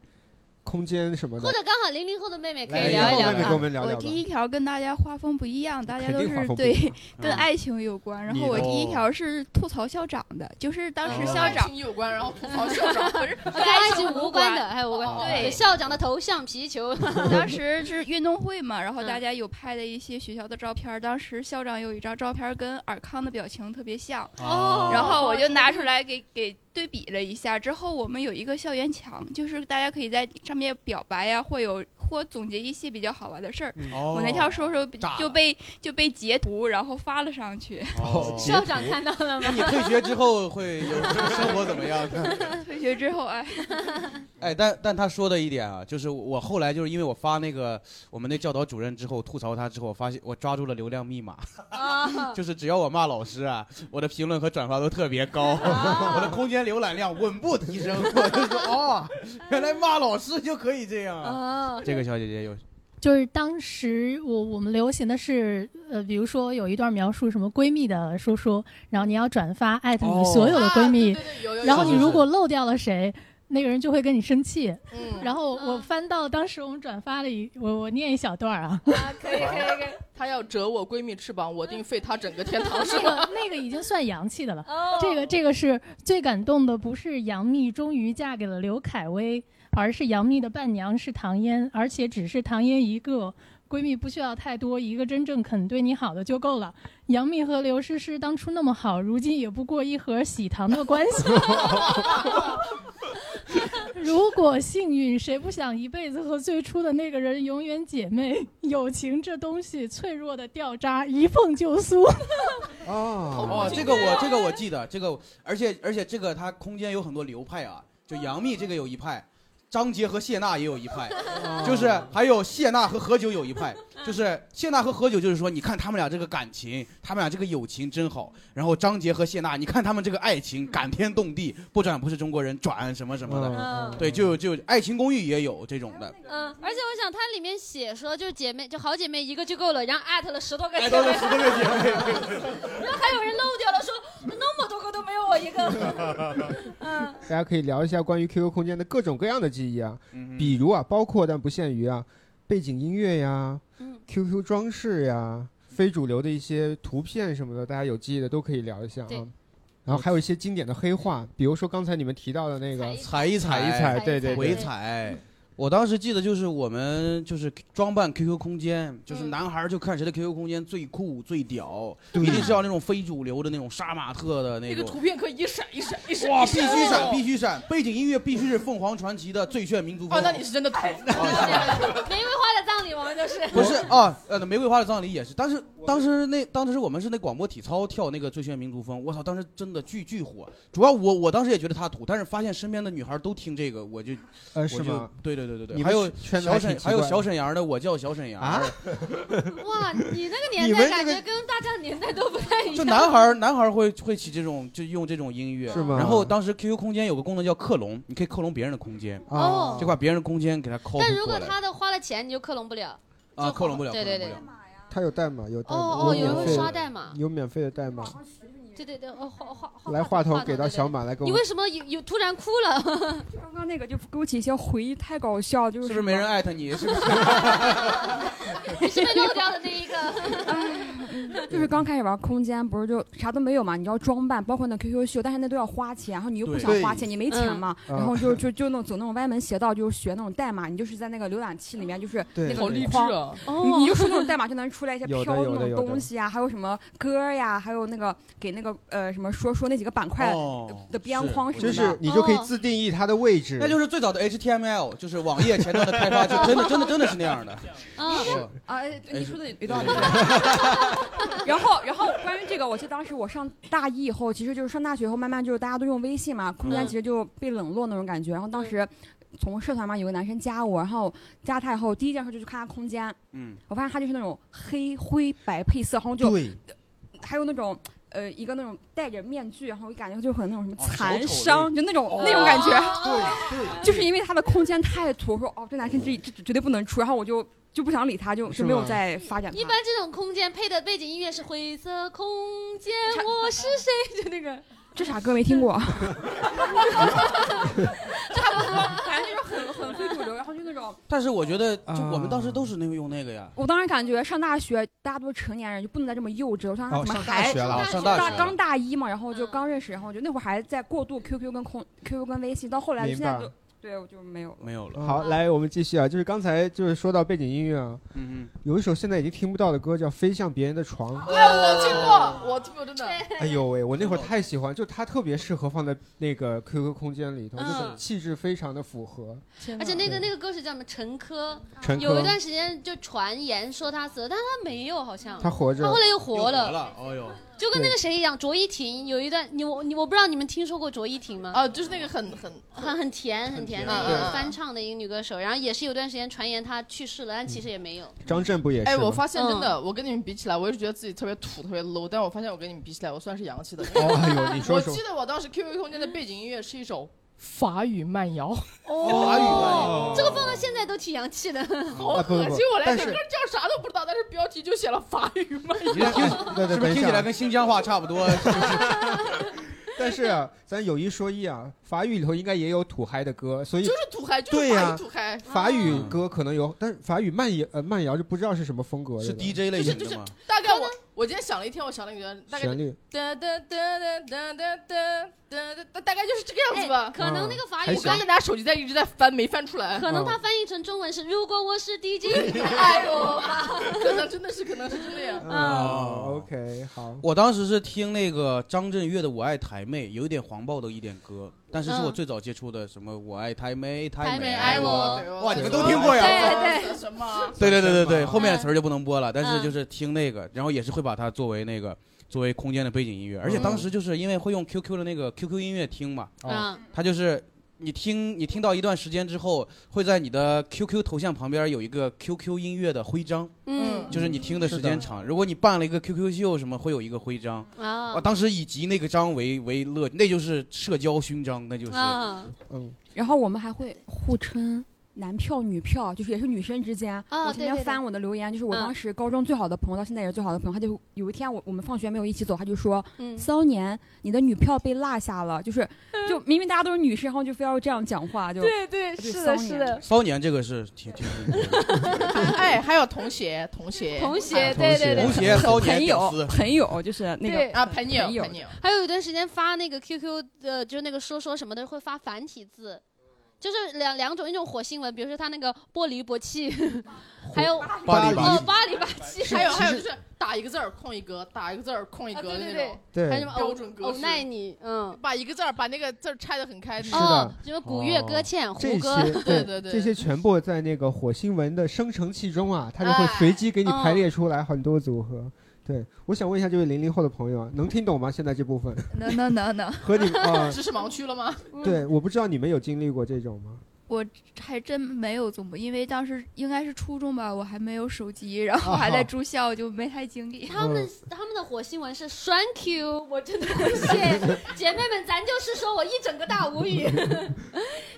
Speaker 3: 空间什么的？
Speaker 2: 或者刚好零零后的妹妹可
Speaker 3: 来
Speaker 2: 以聊一聊
Speaker 3: 妹妹跟我
Speaker 2: 吧。
Speaker 3: 们聊聊
Speaker 8: 我
Speaker 3: 吧
Speaker 8: 第一条跟大家画风不一样，大家
Speaker 3: 肯
Speaker 8: 都
Speaker 3: 定画
Speaker 8: 是
Speaker 3: 风不一
Speaker 8: 对
Speaker 3: 样
Speaker 8: 跟
Speaker 3: 嗯
Speaker 8: 爱情有关。然后
Speaker 3: 你哦
Speaker 8: 我
Speaker 3: 的
Speaker 8: 第一条是吐槽校长的，就是当时校
Speaker 6: 爱
Speaker 8: 长
Speaker 6: 情有关，然后吐槽
Speaker 2: <laughs>
Speaker 6: 校长，不是
Speaker 2: 啊跟爱情无关的，还哎有无关。
Speaker 8: 对
Speaker 2: 校长的头像皮球。嗯
Speaker 8: 当时是运动会嘛，然后大家有拍的一些学校的照片儿，当时校长有一张照片儿跟尔康的表情特别像，
Speaker 12: 哦
Speaker 8: 然后我就拿出来给给对比了一下。之后我们有一个校园墙，就是大家可以在上面表白呀、或有或总结一些比较好玩的事
Speaker 4: 嗯
Speaker 8: 儿。
Speaker 12: 哦
Speaker 8: 我那条说说
Speaker 12: 炸了
Speaker 8: 就被就被截图，然后发了上去。
Speaker 4: 哦截校长图看
Speaker 2: 到了
Speaker 4: <laughs> 那你退学之后会有生活怎么样？ <laughs>
Speaker 8: 退学之后，哎，
Speaker 4: 哎，但但他说的一点啊，就是我后来就是因为我发那个我们那教导主任之后吐槽他之后，我发现我抓住了流量密码，
Speaker 14: 嗯
Speaker 2: 啊
Speaker 4: 就是只要我骂老师啊，我的评论和转发都特别高， <laughs> 我的空间浏览量稳步提升。我就说哦，原来骂老师就可以这样啊。
Speaker 7: 哦
Speaker 4: 这个小姐姐有
Speaker 7: 就是当时我我们流行的是，呃，比如说有一段描述什么闺蜜的说说，然后你要转发艾特你所有的闺蜜，然后你如果漏掉了谁，那个人就会跟你生气。然后
Speaker 6: 嗯
Speaker 7: 我翻到当时我们转发了一，我我念一小段儿啊，
Speaker 6: 可以可以可以， <laughs> 他要折我闺蜜翅膀，我定废他整个天堂，是
Speaker 7: 那
Speaker 6: 吗
Speaker 7: 个？那个已经算洋气的了。这个这个是最感动的，不是杨幂终于嫁给了刘恺威，而是杨幂的伴娘是唐嫣，而且只是唐嫣一个。闺蜜不需要太多，一个真正肯对你好的就够了。杨幂和刘诗诗当初那么好，如今也不过一盒喜糖的关系。 <laughs> 如果幸运，谁不想一辈子和最初的那个人永远姐妹？友情这东西脆弱的掉渣，一碰就酥。
Speaker 4: 哦，这个我这个我记得，这个我而且而且这个它空间有很多流派啊，就杨幂这个有一派，张杰和谢娜也有一派，
Speaker 14: 哦
Speaker 4: 就是还有谢娜和何炅有一派，就是谢娜和何炅就是说，你看他们俩这个感情，他们俩这个友情真好。然后张杰和谢娜，你看他们这个爱情感天动地，不转不是中国人，转什么什么
Speaker 2: 嗯
Speaker 4: 的，对，就有就有《爱情公寓》也有这种的。
Speaker 2: 嗯，而且我想它里面写说，就是姐妹就好姐妹一个就够了，然后艾特了十多个姐妹，
Speaker 4: 哎，都是十多个姐妹。
Speaker 2: <laughs> 然后还有人漏掉了说，那么多个都没有我一个。嗯，
Speaker 3: 大家可以聊一下关于 QQ 空间的各种各样的记忆啊，比如啊，包括但不限于啊，背景音乐呀、QQ 装饰呀、非主流的一些图片什么的，大家有记忆的都可以聊一下
Speaker 2: 对
Speaker 3: 啊。然后还有一些经典的黑话，比如说刚才你们提到的那个
Speaker 4: 踩一
Speaker 3: 踩
Speaker 4: 踩
Speaker 3: 一踩，对对，对
Speaker 4: 回踩。我当时记得就是我们就是装扮 QQ 空间，就是男孩儿就看谁的 QQ 空间最酷最屌，
Speaker 3: 对
Speaker 4: 一定是要那种非主流的那种杀马特的那
Speaker 6: 那个图
Speaker 4: 种。
Speaker 6: 片可以一闪一闪一闪，
Speaker 4: 哇，
Speaker 6: 一
Speaker 4: 必须
Speaker 6: 哦
Speaker 4: 闪，必须闪！背景音乐必须是凤凰传奇的《最炫民族
Speaker 2: 哦
Speaker 4: 风》。
Speaker 6: 啊，那你是真的土，
Speaker 2: 哎玫瑰花的葬礼王就是
Speaker 4: 不是啊，呃，玫瑰花的葬礼也是，但是当时那当时我们是那广播体操跳那个最炫民族风，我操，当时真的巨巨火。主要我我当时也觉得他土，但是发现身边的女孩都听这个，我就
Speaker 3: 呃
Speaker 4: 我
Speaker 3: 是吗
Speaker 4: 就对对对对对，
Speaker 3: 你们
Speaker 4: 还有
Speaker 3: 圈子
Speaker 4: 小
Speaker 3: 还挺
Speaker 4: 沈
Speaker 3: 奇
Speaker 4: 还有
Speaker 3: 怪
Speaker 4: 小沈阳的，我叫小沈阳
Speaker 3: 啊， <laughs>
Speaker 2: 哇，你那个
Speaker 4: 你
Speaker 2: 年代感
Speaker 4: 们这
Speaker 2: 觉跟大家年代都不太一样。
Speaker 4: 就男孩儿男孩儿会会起这种就用这种音乐，
Speaker 3: 是吗
Speaker 4: 然后当时 QQ 空间有个功能叫克隆，你可以克隆别人的空间，
Speaker 2: 哦
Speaker 4: 就把别人的空间给他 copy 过来。
Speaker 2: 但如果他的花了钱，你就克隆不了。
Speaker 4: 啊，克隆不了，
Speaker 2: 对
Speaker 4: 克隆
Speaker 2: 对
Speaker 4: 不
Speaker 2: 对
Speaker 4: 了。
Speaker 3: 它有代码，有代码，
Speaker 2: 哦哦有人
Speaker 3: 免
Speaker 2: 会
Speaker 3: 费的
Speaker 2: 刷代码
Speaker 3: 有免费的代码。
Speaker 2: 对对对，哦，画画画。
Speaker 3: 来，话筒给到小马来跟
Speaker 2: 你
Speaker 3: 我
Speaker 2: 为。什么有有突然哭了？
Speaker 10: 刚刚那个就给我起一些回忆，太搞笑，就是
Speaker 4: 是不是没人 <laughs> 艾特你？是不是？
Speaker 6: <laughs>
Speaker 2: 你是被漏掉的那一个。
Speaker 10: <laughs> 就是刚开始玩空间，不是就啥都没有嘛？你要装扮，包括那 QQ 秀，但是那都要花钱，然后你又不想花钱，
Speaker 9: 对
Speaker 10: 你没钱嘛，
Speaker 9: 嗯
Speaker 10: 然后就就就那种走那种歪门邪道，就是学那种代码，你就是在那个浏览器里面就是
Speaker 9: 对
Speaker 10: 那个
Speaker 9: 好励
Speaker 10: 框
Speaker 9: 志啊
Speaker 10: 你
Speaker 9: 哦
Speaker 10: 你就输那种代码就能出来一些
Speaker 9: 有的
Speaker 10: 飘
Speaker 9: 有的
Speaker 10: 那
Speaker 9: 有
Speaker 10: 种
Speaker 9: 的
Speaker 10: 东西啊，还有什么歌呀，还有那个给那个呃什么说说那几个板块
Speaker 4: 哦
Speaker 10: 的边
Speaker 4: 是
Speaker 10: 框什么
Speaker 3: 就
Speaker 10: 的，哦
Speaker 3: 是你就可以自定义它的位置。
Speaker 4: 那就是最早的 HTML，就是网页前端的开
Speaker 2: <laughs>
Speaker 4: 发，就真的真的真的是那样的。
Speaker 10: 啊
Speaker 2: 嗯
Speaker 4: 是
Speaker 10: 啊，
Speaker 9: 哎
Speaker 10: 你说的有道理
Speaker 4: 对。
Speaker 10: <laughs> 然后，然后关于这个，我记得当时我上大一以后，其实就是上大学以后，慢慢就是大家都用微信嘛，空间
Speaker 9: 嗯
Speaker 10: 其实就被冷落那种感觉。然后当时从社团嘛，有个男生加我，然后加他以后，第一件事就去看他空间，
Speaker 4: 嗯，
Speaker 10: 我发现他就是那种黑灰白配色，然后就
Speaker 4: 对
Speaker 10: 还有那种。呃，一个那种戴着面具，然后我感觉就很那种什么
Speaker 9: 丑
Speaker 10: 残
Speaker 9: 丑的
Speaker 10: 伤，就那种、
Speaker 9: 哦
Speaker 10: 那种感觉，
Speaker 9: 对对
Speaker 10: <laughs> 就是因为他的空间太土，我说哦，这男生这这这绝对不能出，然后我就就不想理他，就是就没有
Speaker 3: 吗
Speaker 10: 再发展他。
Speaker 2: <laughs> 一般这种空间配的背景音乐是灰色空间，我是谁？就那个，
Speaker 10: 这啥歌没听过？ <laughs>
Speaker 2: 反正就是
Speaker 10: 很很非主流，然后就那种，
Speaker 4: 但是我觉得，就我们当时都是那个用那个呀。
Speaker 10: 我当时感觉上大学大家都是成年人，就不能再这么幼稚了。我想他
Speaker 4: 哦
Speaker 10: 怎么
Speaker 4: 上大
Speaker 10: 还
Speaker 4: 学了哦上大学了
Speaker 10: 刚大一嘛，然后就刚认识，然后就那会儿还在过渡 QQ 跟空 QQ 跟微信，到后来
Speaker 3: 明
Speaker 10: 现
Speaker 3: 白
Speaker 10: 在就对我就没有了。
Speaker 4: 没有了。
Speaker 6: 嗯
Speaker 3: 嗯好，来我们继续啊，就是刚才就是说到背景音乐啊，
Speaker 4: 嗯
Speaker 3: 有一首现在已经听不到的歌叫《飞向别人的床》。
Speaker 6: 哎，我听过，我听过，真的。
Speaker 3: 哎呦喂，我那
Speaker 6: <laughs>
Speaker 3: 会儿太喜欢，就它特别适合放在那个 QQ 空间里头，
Speaker 2: 嗯
Speaker 3: 就是气质非常的符合。
Speaker 2: 而且那个
Speaker 3: 对
Speaker 2: 那个歌手叫什么陈珂，
Speaker 3: 陈珂
Speaker 2: 有一段时间就传言说他死了，但他没有，好像
Speaker 3: 他活着
Speaker 2: 他后来又活
Speaker 4: 又活了，哦呦，
Speaker 2: 就跟那个谁一样，卓依婷有一段，你我你我不知道你们听说过卓依婷吗？
Speaker 6: 啊，就是那个很很
Speaker 2: 很很甜很甜
Speaker 6: 甜
Speaker 2: 的一
Speaker 6: 对
Speaker 2: 个翻唱的一个女歌手，然后也是有段时间传言她去世了，但其实也没有。
Speaker 3: 张震不也是吗？
Speaker 6: 哎，我发现真的，我跟你们比起来，我是觉得自己特别土、特别 low，但我发现我跟你们比起来，我算是洋气的。
Speaker 3: 哦哎呦你说
Speaker 6: 我
Speaker 3: 说
Speaker 6: 记得我当时 QQ 空间的背景音乐是一首法语慢摇。
Speaker 2: 法
Speaker 6: 语
Speaker 2: 哦，这个放到现在都挺洋气的。
Speaker 6: 好恶
Speaker 3: 不不不
Speaker 6: 心！我连
Speaker 3: 但
Speaker 6: 这
Speaker 3: 是
Speaker 6: 歌叫啥都不知道，但是标题就写了法语慢
Speaker 4: 你这听
Speaker 6: 摇。
Speaker 3: 嗯对对
Speaker 4: 是不是
Speaker 3: 等一
Speaker 4: 听
Speaker 3: 下啊
Speaker 4: 起来跟新疆话差不多？
Speaker 3: <laughs> 但是啊咱有一说一啊，法语里头应该也有土嗨的歌，所以
Speaker 6: 就是土嗨就是
Speaker 3: 对呀、
Speaker 6: 哎法语土嗨啊
Speaker 3: 法语歌可能有，但是法语慢摇呃慢摇就不知道是什么风格了
Speaker 4: 是 DJ 类型的吗？
Speaker 6: 大概我我今天想了一天，我想了一个大概
Speaker 3: 旋律
Speaker 6: 哒哒哒哒哒哒哒哒哒哒，大概就是这个样子吧。
Speaker 2: 哎可能那个
Speaker 3: 嗯
Speaker 2: 法语
Speaker 6: 我刚才拿手机在一直在翻，没翻出来。
Speaker 2: 可能它翻译成中文是“如果我是 DJ”，
Speaker 6: 哎呦我妈，可能真的是，可能是这样。
Speaker 2: 啊
Speaker 3: 哦 OK，好，
Speaker 4: 我当时是听那个张震岳的《我爱台妹》，有一点黄暴的一点歌，但是是我最早接触的什么《我爱台妹》《
Speaker 2: 台
Speaker 4: 妹
Speaker 2: 妹爱我
Speaker 4: 哇，你们都听过呀？
Speaker 2: 对嗯对嗯
Speaker 5: <laughs>
Speaker 6: 什么？
Speaker 4: 对对对对
Speaker 3: 嗯
Speaker 4: 对，后面的词儿就不能播了，但是就是听那个，然后也是会把它作为那个作为空间的背景音乐，而且
Speaker 3: 嗯
Speaker 4: 当时就是因为会用 QQ 的那个 QQ 音乐听嘛，哦
Speaker 2: 嗯
Speaker 4: 它就是你听你听到一段时间之后，会在你的 QQ 头像旁边有一个 QQ 音乐的徽章，
Speaker 2: 嗯
Speaker 4: 就是你听的时间
Speaker 3: 是的
Speaker 4: 长，如果你办了一个 QQ 秀什么，会有一个徽章。
Speaker 2: 啊
Speaker 4: 我当时以集那个章为为乐，那就是社交勋章，那就是，
Speaker 2: 啊
Speaker 4: 嗯，
Speaker 10: 然后我们还会互称男票、女票，就是也是女生之间。
Speaker 2: 哦
Speaker 10: 我天
Speaker 2: 对对
Speaker 10: 天
Speaker 2: 对
Speaker 10: 翻我的留言，就是我当时高中最好的朋友，到现在也是最好的朋友。他就有一天我我们放学没有一起走，他就说：“
Speaker 2: 嗯
Speaker 10: 骚年，你的女票被落下了。”就是就明明大家都是女生，然后就非要这样讲话，就
Speaker 6: 对对
Speaker 10: <laughs> 就是
Speaker 6: 的
Speaker 10: 骚
Speaker 6: 是
Speaker 10: 年
Speaker 6: 的
Speaker 4: 骚年这个是挺挺
Speaker 6: <laughs> 哎，还有同学，同学，
Speaker 2: 同学对对对同
Speaker 4: 学骚年
Speaker 10: 朋
Speaker 4: 屌丝
Speaker 10: 友，哦朋友就是那
Speaker 2: 对
Speaker 10: 个
Speaker 6: 啊，朋友，
Speaker 10: 朋友
Speaker 6: 朋友，
Speaker 2: 还有一段时间发那个 QQ 的，就是那个说说什么的会发繁体字，就是两两种，一种火星文，比如说他那个波离波气，还有
Speaker 3: 巴黎
Speaker 2: 哦巴黎巴气，
Speaker 6: 还有还有就是打一个字儿空一格，打一个字儿空一
Speaker 2: 啊
Speaker 6: 格的那种，
Speaker 3: 对
Speaker 2: 还有什么
Speaker 6: 标准格
Speaker 2: 偶
Speaker 6: 式
Speaker 2: 耐你，嗯，哦
Speaker 6: 把一个字儿把那个字儿拆的很开。
Speaker 3: 是的，哦
Speaker 2: 什么古乐歌倩、
Speaker 3: 这
Speaker 2: 胡歌
Speaker 3: 些，
Speaker 6: <laughs> 对对对
Speaker 3: 这些全部在那个火星文的生成器中啊，它就会随机给你排列出来很多组合。对，我想问一下这位零零后的朋友啊，能听懂吗？现在这部分
Speaker 9: 能能
Speaker 2: <laughs>
Speaker 9: 能能，
Speaker 3: 和你们啊，
Speaker 6: 知识盲区了吗？
Speaker 2: 嗯
Speaker 3: 对，我不知道你们有经历过这种吗？
Speaker 8: 我还真没有总部，因为当时应该是初中吧，我还没有手机，然后还在住校，就没太经历。
Speaker 2: 他们他们的火星文是栓 <laughs> Q，我真的不信，姐妹们，咱就是说我一整个大无语。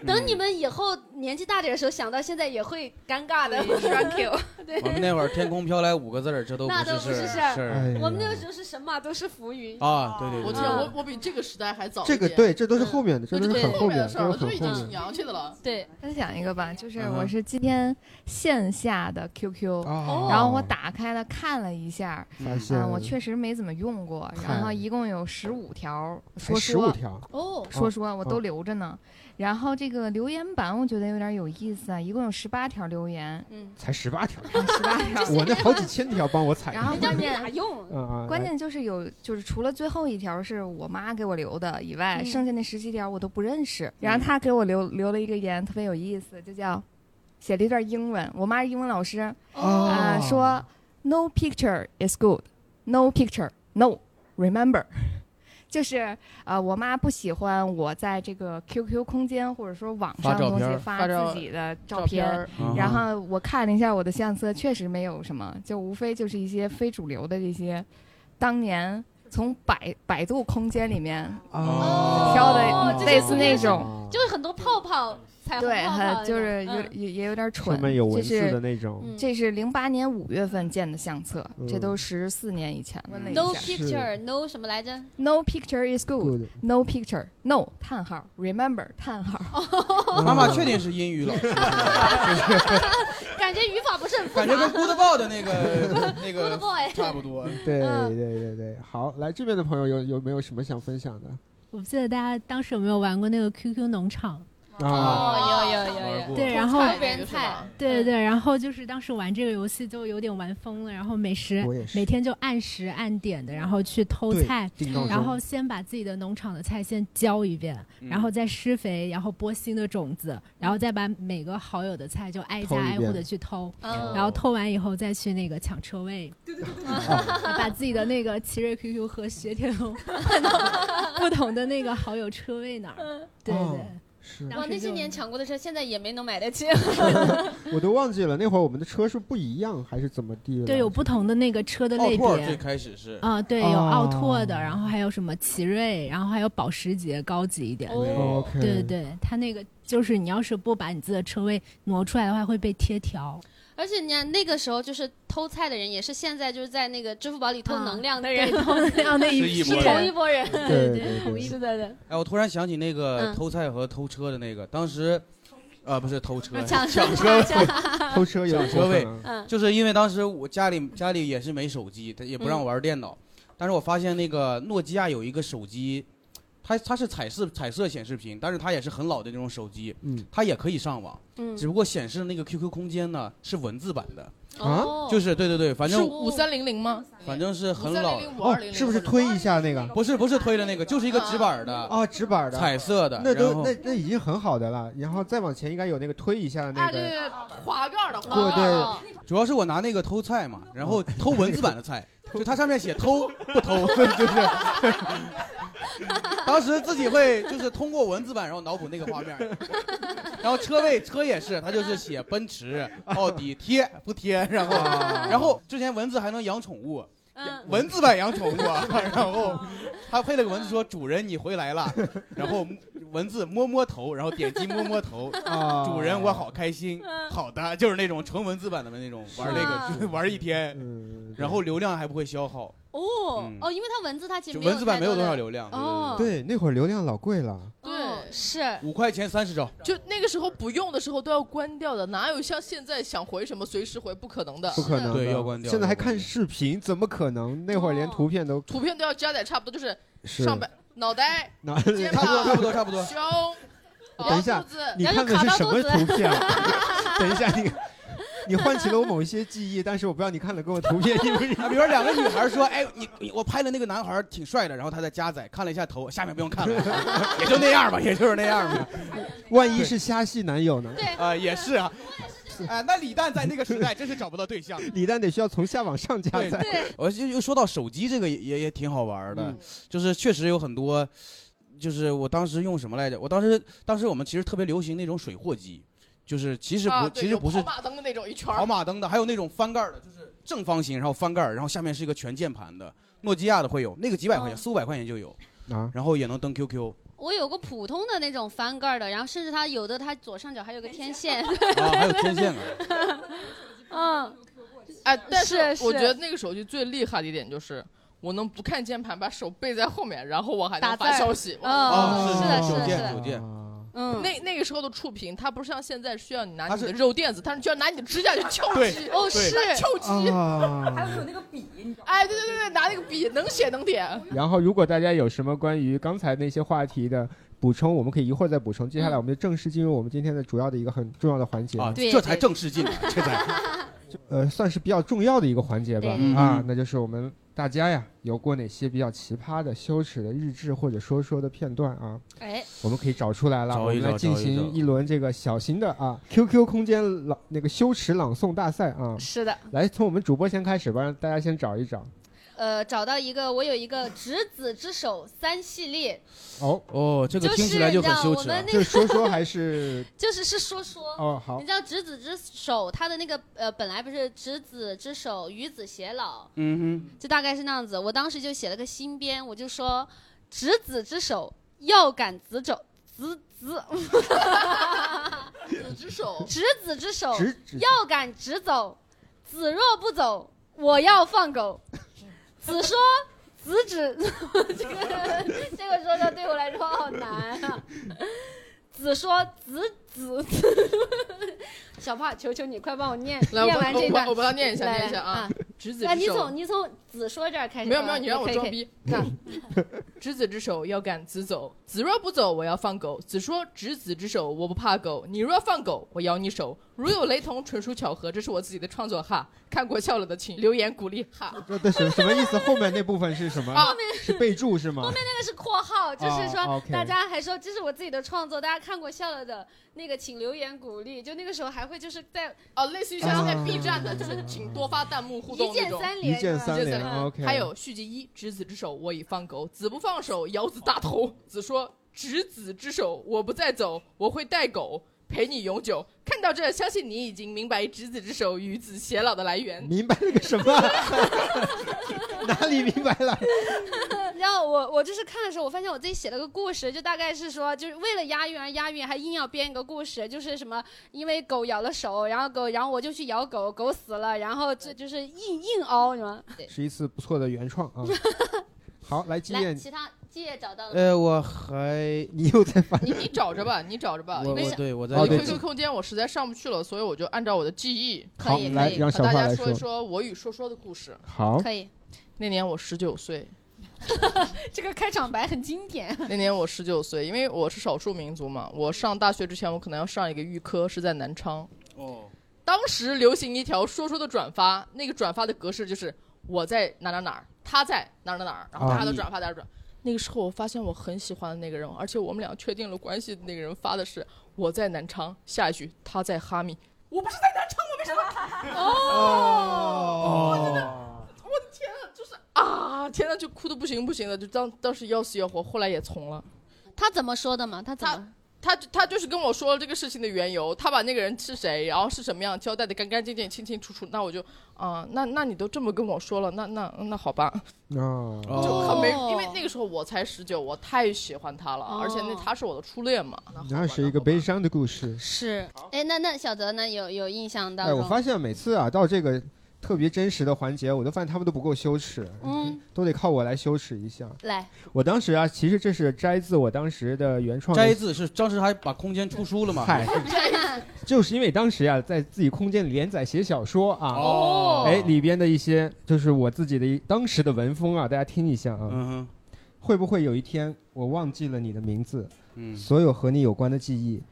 Speaker 2: 等你们以后年纪大点的时候，想到现在也会尴尬的。
Speaker 8: Thank you。
Speaker 2: <laughs> 对，
Speaker 4: 我们那会儿天空飘来五个字儿，这都
Speaker 2: 那都
Speaker 4: 是
Speaker 2: 是
Speaker 4: 事
Speaker 2: 事
Speaker 4: 儿
Speaker 2: 儿
Speaker 3: 哎
Speaker 4: 儿。。
Speaker 2: 我们那个时候是神马都是浮云
Speaker 4: 啊对对对
Speaker 6: 我记得我我比这个时代还早一
Speaker 3: 这
Speaker 6: 点。
Speaker 3: 个对，这都是后面的，这都是很后面
Speaker 6: 的
Speaker 3: 的，
Speaker 6: 事
Speaker 3: 这
Speaker 6: 儿
Speaker 3: 都
Speaker 6: 了，
Speaker 3: 是
Speaker 6: 都
Speaker 3: 很
Speaker 6: 已
Speaker 3: 后
Speaker 6: 经
Speaker 3: 面
Speaker 6: 是
Speaker 3: 的。
Speaker 6: 娘去的了。
Speaker 2: 对，
Speaker 12: 分享一个吧，就是
Speaker 3: 嗯哼
Speaker 12: 我是今天线下的 QQ，、
Speaker 3: 哦
Speaker 12: 然后我打开了看了一下，
Speaker 3: 发
Speaker 12: 啊、
Speaker 3: 现
Speaker 12: 我确实没怎么用过，
Speaker 3: 嗨
Speaker 12: 然后一共有十五条
Speaker 3: 才
Speaker 12: 说说，
Speaker 3: 15条
Speaker 2: 哦
Speaker 12: 说说我
Speaker 3: 哦
Speaker 12: 都留着呢。然后这个留言板我觉得有点有意思啊，一共有十八条留言，
Speaker 2: 嗯，
Speaker 3: 才十八条，
Speaker 12: 十八条，
Speaker 3: 我那好几千条帮我踩。
Speaker 12: 然后关键
Speaker 2: 用
Speaker 3: 嗯 <laughs> 啊，
Speaker 12: 关
Speaker 3: 来
Speaker 12: 键就是有，就是除了最后一条是我妈给我留的以外，
Speaker 3: 嗯
Speaker 12: 剩下那十七条我都不认识。
Speaker 15: 嗯
Speaker 12: 然后她给我留留了一个言，特别有意思，就叫写了一段英文。我妈是英文老师，啊、
Speaker 15: 哦
Speaker 12: 说 No picture is good, no picture, no remember。就是呃，我妈不喜欢我在这个 QQ 空间或者说网
Speaker 15: 发
Speaker 12: 上
Speaker 15: 照
Speaker 12: 东
Speaker 15: 片
Speaker 12: 西
Speaker 15: 儿
Speaker 6: 发
Speaker 12: 发
Speaker 6: 照
Speaker 12: 自己的
Speaker 6: 照片儿嗯
Speaker 12: 然后我看了一下我的相册，确实没有什么，就无非就是一些非主流的这些，当年从百百度空间里面挑
Speaker 2: 哦
Speaker 12: 的类似那种。，
Speaker 2: 这就是就是很多泡泡，彩虹
Speaker 12: 对，
Speaker 2: 泡
Speaker 12: 很
Speaker 2: 泡，
Speaker 12: 就是有
Speaker 2: 嗯
Speaker 12: 也也有点蠢，
Speaker 3: 上面有文
Speaker 12: 这是
Speaker 3: 字的那种嗯
Speaker 12: 这是零八年五月份建的相册，这
Speaker 3: 嗯
Speaker 12: 都十四年以前了一下。
Speaker 2: 嗯 no picture no 什么来着？
Speaker 12: No picture is good. No picture. No 叹号。Remember 叹号。
Speaker 2: 哦 <laughs>
Speaker 4: 妈妈确定是英语老师，
Speaker 2: 感觉语法不是很复杂
Speaker 4: 感觉跟 Good Boy 的
Speaker 2: <laughs>
Speaker 4: 那个那
Speaker 2: Good
Speaker 4: 个
Speaker 2: Boy
Speaker 4: 差不多。
Speaker 3: <laughs> 对对对对，好，来这边的朋友有有没有什么想分享的？
Speaker 16: 我不记得大家当时有没有玩过那个 QQ 农场。
Speaker 14: 哦
Speaker 3: 啊，
Speaker 16: 有
Speaker 3: 有有过
Speaker 16: 对，然后
Speaker 2: 超人菜，
Speaker 16: 哦对对对，然后就是当时玩这个游戏就有点玩疯了，然后每时
Speaker 3: 我也是
Speaker 16: 每天就按时按点的，然后去偷
Speaker 3: 对
Speaker 16: 菜
Speaker 3: 定闹钟，
Speaker 16: 然后先把自己的农场的菜先浇一遍，
Speaker 3: 嗯
Speaker 16: 然后再施肥，然后播新的种子，然后再把每个好友的菜就挨
Speaker 3: 偷
Speaker 16: 家
Speaker 3: 一
Speaker 16: 挨户
Speaker 3: 遍
Speaker 16: 的去偷，
Speaker 3: 哦
Speaker 16: 然后偷完以后再去那个抢车位，对对对对， <laughs> 把自己的那个奇瑞 QQ 和雪铁龙 <laughs> 不同的那个好友车位那儿，对对。
Speaker 3: 哦是
Speaker 2: 哇，那些年抢过的车，现在也没能买
Speaker 12: <laughs>
Speaker 2: 得起。 <laughs>
Speaker 3: 我都忘记了，那会儿我们的车是不一样还是怎么地了？
Speaker 16: 对，有不同的那个车的类
Speaker 4: 奥拓最
Speaker 16: 别。
Speaker 4: 开始是
Speaker 16: 啊，对，有
Speaker 3: 哦
Speaker 16: 奥拓的，然后还有什么奇瑞，然后还有保时捷，高级一点的。
Speaker 3: 哦 OK
Speaker 16: 对对对，它那个就是你要是不把你自己的车位挪出来的话，会被贴条。
Speaker 2: 而且你看那个时候，就是偷菜的人，也是现在就是在那个支付宝里偷
Speaker 12: 啊
Speaker 2: 能量的人，
Speaker 16: 对偷能量那一批
Speaker 2: 批，
Speaker 4: 是一
Speaker 2: 是
Speaker 4: 拨人
Speaker 2: 同一拨人。
Speaker 4: 对对对
Speaker 2: 同一是的，对。
Speaker 4: 哎，我突然想起那个
Speaker 2: 嗯
Speaker 4: 偷菜和偷车的那个，当时，呃，不是偷车，
Speaker 2: <laughs> 抢车
Speaker 4: 抢车
Speaker 2: 抢
Speaker 4: 位
Speaker 2: 车，
Speaker 3: 偷车有
Speaker 4: 抢
Speaker 3: 点
Speaker 4: 车位
Speaker 3: 过分了，
Speaker 2: 嗯
Speaker 4: 就是因为当时我家里家里也是没手机，他
Speaker 2: 嗯
Speaker 4: 也不让我玩电脑，但是我发现那个诺基亚有一个手机，它它是彩色彩色显示屏，但是它也是很老的那种手机，
Speaker 3: 嗯
Speaker 4: 它也可以上网，
Speaker 2: 嗯
Speaker 4: 只不过显示的那个 QQ 空间呢是文字版的，
Speaker 2: 哦
Speaker 6: 啊
Speaker 4: 就是对对对，反
Speaker 6: 是
Speaker 4: 正
Speaker 6: 五三零零吗？
Speaker 4: 反正是很老的，啊
Speaker 6: 哦是
Speaker 3: 不是推一下那个？
Speaker 4: 不是不是推的那个，就是一个纸板的
Speaker 3: 哦，纸板的，
Speaker 4: 彩色的，
Speaker 3: 那
Speaker 4: 然
Speaker 3: 都
Speaker 4: 后
Speaker 3: 那那已经很好的了，然后再往前应该有那个推一下的那
Speaker 6: 啊，
Speaker 3: 个
Speaker 6: 对，哦对，对滑盖儿的
Speaker 3: <laughs>
Speaker 6: 滑
Speaker 3: 对哦
Speaker 6: 盖儿的。
Speaker 3: 对，
Speaker 4: 主要是我拿那个偷菜嘛，然后偷文字版的 <laughs>
Speaker 3: <laughs>
Speaker 4: 菜，就它上面写偷不偷，就是。 <laughs> 当时自己会就是通过文字版，然后脑补那个画面，然后车位车也是，它就是写奔驰、奥迪贴不贴，然后然后之前文字还能养宠物，文字版养宠物啊，然后他配了个文字说主人你回来了，然后文字摸摸头，然后点击摸摸头，
Speaker 3: 啊
Speaker 4: 主人我好开心，好的，就是那种纯文字版的那种玩那个 <laughs> 玩一天，然后流量还不会消耗，
Speaker 2: 哦
Speaker 4: 嗯
Speaker 2: 哦，因为它文字它其实
Speaker 4: 就
Speaker 2: 没有
Speaker 4: 文字版
Speaker 2: 太
Speaker 4: 没有多
Speaker 2: 的
Speaker 4: 少流量，
Speaker 2: 哦，
Speaker 3: 对，那会儿流量老贵了，
Speaker 6: 对，
Speaker 2: 是
Speaker 4: 五块钱三十兆，
Speaker 6: 就那个时候不用的时候都要关掉的，哪有像现在想回什么随时回，不可能的，
Speaker 3: 不可能的，
Speaker 4: 对要关掉
Speaker 3: 现在还
Speaker 4: 要关
Speaker 3: 看视频，怎么可能？那会儿连图片都
Speaker 6: 图片都要加载，差不多就是
Speaker 3: 是
Speaker 6: 上半
Speaker 3: <laughs>
Speaker 6: 脑袋、
Speaker 3: 那
Speaker 6: 肩
Speaker 3: 差
Speaker 6: 膀，
Speaker 3: 不多差不多差
Speaker 6: 胸
Speaker 3: 不。多。
Speaker 4: 哦
Speaker 6: 然后
Speaker 3: 等一下
Speaker 6: 肚子，
Speaker 3: 你
Speaker 6: 然
Speaker 3: 看
Speaker 6: 后
Speaker 3: 的是什么
Speaker 6: 卡到
Speaker 3: 图
Speaker 6: 肚子
Speaker 3: 片
Speaker 4: <laughs>
Speaker 3: 啊？<laughs> 等一下你。你唤起了我某一些记忆，但是我不知道你看了跟我图片一不一
Speaker 4: <laughs> 啊，
Speaker 3: 样。
Speaker 4: 比如说两个女孩
Speaker 3: <laughs>
Speaker 4: 说：“哎，你你我拍了那个男孩挺帅的。”然后她在加载，看了一下头，下面不用看了， <laughs> 也就那样吧，也就是那样 <laughs> 吧。
Speaker 3: 万一是虾系男友呢？
Speaker 4: 啊、也是啊。哎、那李诞在那个时代真是找不到对象。
Speaker 3: 李诞得需要从下往上加载。
Speaker 4: 我就又说到手机这个也也也挺好玩的，就是确实有很多，就是我当时用什么来着？我当时当时我们其实特别流行那种水货机，就是其实不、
Speaker 6: 啊对
Speaker 4: 其实
Speaker 6: 有
Speaker 4: 不是
Speaker 6: 跑马灯的那种一圈儿
Speaker 4: 跑马灯的，还有那种翻盖儿的，就是正方形，然后翻盖儿，然后下面是一
Speaker 6: 啊
Speaker 4: 个全键盘的。诺基亚的会有，那个几百块钱，四五百块钱就有，
Speaker 3: 啊，
Speaker 4: 然后也能登 QQ。
Speaker 2: 我有个普通的那种翻盖儿的，然后甚至它有的它左上角还有个天线，
Speaker 4: 啊，还有天线啊，
Speaker 2: <laughs> 嗯，
Speaker 6: 哎，但
Speaker 2: 是是
Speaker 6: 我觉得那个手机最厉害的一点就是，我能不看键盘，把手背在后面，然后我还
Speaker 2: 打
Speaker 6: 能
Speaker 2: 字
Speaker 6: 发
Speaker 2: 儿
Speaker 6: 消息。
Speaker 2: 嗯哦是的是的手电是的手
Speaker 4: 电
Speaker 2: 嗯
Speaker 6: 那那个时候的触屏，它不是像现在需要你拿你的肉垫子，它是就要拿你的指甲去敲 <laughs> 击
Speaker 2: 对。哦对是
Speaker 6: 敲击。
Speaker 3: 啊还有
Speaker 6: 那个笔，哎，对对对对，拿那个笔能写能点。
Speaker 3: 然后，如果大家有什么关于刚才那些话题的补充，我们可以一会儿再补充。接
Speaker 4: 嗯
Speaker 3: 下来，我们就正式进入我们今天的主要的一个很重要的环节
Speaker 4: 啊，
Speaker 2: 对
Speaker 4: 这才正式进来，这才 <laughs>
Speaker 3: 呃，算是比较重要的一个环节吧
Speaker 4: 对对。
Speaker 3: 啊
Speaker 4: 嗯，
Speaker 3: 那就是我们大家呀，有过哪些比较奇葩的、羞耻的日志或者说说的片段啊？
Speaker 2: 哎，
Speaker 3: 我们可以找出来了，
Speaker 4: 找一
Speaker 3: 我们来
Speaker 4: 找
Speaker 3: 进
Speaker 4: 找一找
Speaker 3: 行一轮这个小型的啊 QQ 空间朗那个羞耻朗诵大赛啊。
Speaker 2: 是的
Speaker 3: 来，从我们主播先开始吧，让大家先找一找。
Speaker 2: 呃，找到一个，我有一个执子之手三系列，
Speaker 3: 哦
Speaker 4: 哦，这个
Speaker 2: 就是
Speaker 4: 听起来就很羞耻啊
Speaker 2: 让我们，那
Speaker 3: 就是说说还是
Speaker 2: 就是是说说
Speaker 3: 哦好
Speaker 2: 你知道执子之手，它的那个呃，本来不是执子之手，与子偕老，
Speaker 4: 嗯
Speaker 2: 就大概是那样子。我当时就写了个新编，我就说执子之手，要感子肘，子子，
Speaker 6: <laughs> 子之手，
Speaker 2: 执子之手
Speaker 6: 执子，
Speaker 2: 要敢直走，子若不走，我要放狗。子说。子止， <laughs> 这个这个说的对我来说好难啊。子说子子 <laughs> 子，小胖，求求你快帮我念，
Speaker 6: 来，我
Speaker 2: 念
Speaker 6: 帮
Speaker 2: 完
Speaker 6: 我
Speaker 2: 这
Speaker 6: 帮
Speaker 2: 段，
Speaker 6: 我帮他念一下，
Speaker 2: 来
Speaker 6: 念一下啊
Speaker 2: 啊。。
Speaker 6: 执子
Speaker 2: 来，
Speaker 6: 之
Speaker 2: 你
Speaker 6: 手
Speaker 2: 从，你从子说这儿开始
Speaker 6: 没
Speaker 2: 吧。
Speaker 6: 有没有，你让我
Speaker 2: 可以
Speaker 6: 装
Speaker 2: 可以
Speaker 6: 逼。看，执子之手，要敢子走。子若不走，我要放狗。子说执子之手，我不怕狗。你若放狗，我咬你手。如有雷同，纯属巧合。这是我自己的创作哈。看过笑了的请留言鼓励哈。
Speaker 3: 这这什什么意思？后面那部分是什么？
Speaker 6: 后
Speaker 2: 面
Speaker 3: 是备注是吗？
Speaker 2: 后面那个是括号，就是
Speaker 3: 哦
Speaker 2: 说
Speaker 3: ，OK
Speaker 2: 大家还说这是我自己的创作，大家看过笑了的那个，请留言鼓励。就那个时候还会就是在
Speaker 6: 哦，类似于像在 B 站的，就是请多发弹幕互动
Speaker 2: 一键
Speaker 6: 那种
Speaker 2: 三连一啊键
Speaker 3: 三连 OK
Speaker 6: 还有续集一，执子之手，我已放狗；子不放手，咬子大头。子说：“执子之手，我不再走，我会带狗陪你永久。”看到这，相信你已经明白“执子之手”与子偕老的来源。
Speaker 3: 明白那
Speaker 2: <laughs>
Speaker 3: 个什么？哪里明白了？
Speaker 2: <laughs> 然后我我就是看的时候，我发现我自己写了个故事，就大概是说，就是为了押韵而押韵，还硬要编一个故事，就是什么因为狗咬了手，然后狗，然后我就去咬狗，狗死了，然后这就是硬硬凹，你吗？对，
Speaker 3: 是一次不错的原创
Speaker 2: <laughs>
Speaker 3: 啊。好，来基
Speaker 2: 来，
Speaker 3: 业，
Speaker 2: 其他基业找到了吗。
Speaker 4: 呃，我还
Speaker 3: 你又在翻，
Speaker 6: 你你找着吧，你找着吧。
Speaker 4: 我
Speaker 6: 因为
Speaker 4: 我对我在
Speaker 6: 因
Speaker 4: 哦
Speaker 6: 为
Speaker 4: 对
Speaker 6: QQ 空间我实在上不去了，所以我就按照我的记忆，
Speaker 3: 好可以来可以让小
Speaker 6: 和大
Speaker 3: 范
Speaker 6: 家
Speaker 3: 来
Speaker 6: 说一
Speaker 3: 说
Speaker 6: 说我与说说的故事。
Speaker 3: 好
Speaker 2: 可以。
Speaker 6: 那年我十九岁， <laughs>
Speaker 2: 这个开场白很经典。
Speaker 6: 那年我十九岁，因为我是少数民族嘛，我上大学之前我可能要上一个预科，是在南昌。
Speaker 4: 哦，
Speaker 6: 当时流行一条说说的转发，那个转发的格式就是我在哪哪哪儿，他在哪儿哪儿哪儿，然后大
Speaker 3: 啊
Speaker 6: 家都转发，大家都转。那个时候我发现我很喜欢的那个人，而且我们俩确定了关系的那个人发的是我在南昌，下一句他在哈密，我不是在南昌，我为什么？
Speaker 4: 哦，
Speaker 6: 我的天啊，就是啊，天呐，就哭的不行不行的，就当当时要死要活，后来也从了。
Speaker 2: 他怎么说的嘛？他怎么？
Speaker 6: 他他就是跟我说了这个事情的缘由，他把那个人是谁，然后是什么样，交代的干干净净、清清楚楚。那我就，啊、
Speaker 12: 哦
Speaker 6: 那那你都这么跟我说了，那那那好吧，
Speaker 3: 哦，哦
Speaker 6: 就很没，因为那个时候我才十九，我太喜欢他了，而且那他是我的初恋嘛。那
Speaker 3: 那是一个悲伤的故事。
Speaker 2: 是，哎，那那小泽呢？有有印象当
Speaker 3: 哎，
Speaker 2: 中？
Speaker 3: 我发现每次啊到这个特别真实的环节，我都发现他们都不够羞耻，
Speaker 2: 嗯，
Speaker 3: 都得靠我来羞耻一下。
Speaker 2: 来，
Speaker 3: 我当时啊，其实这是摘自我当时的原创的
Speaker 4: 摘字是当时还把空间出书了嘛？
Speaker 3: 嗨就是因为当时啊，在自己空间里连载写小说啊，
Speaker 4: 哦
Speaker 3: 哎，里边的一些就是我自己的一当时的文风啊，大家听一下啊。
Speaker 4: 嗯
Speaker 3: 会不会有一天我忘记了你的名字？
Speaker 4: 嗯
Speaker 3: 所有和你有关的记忆，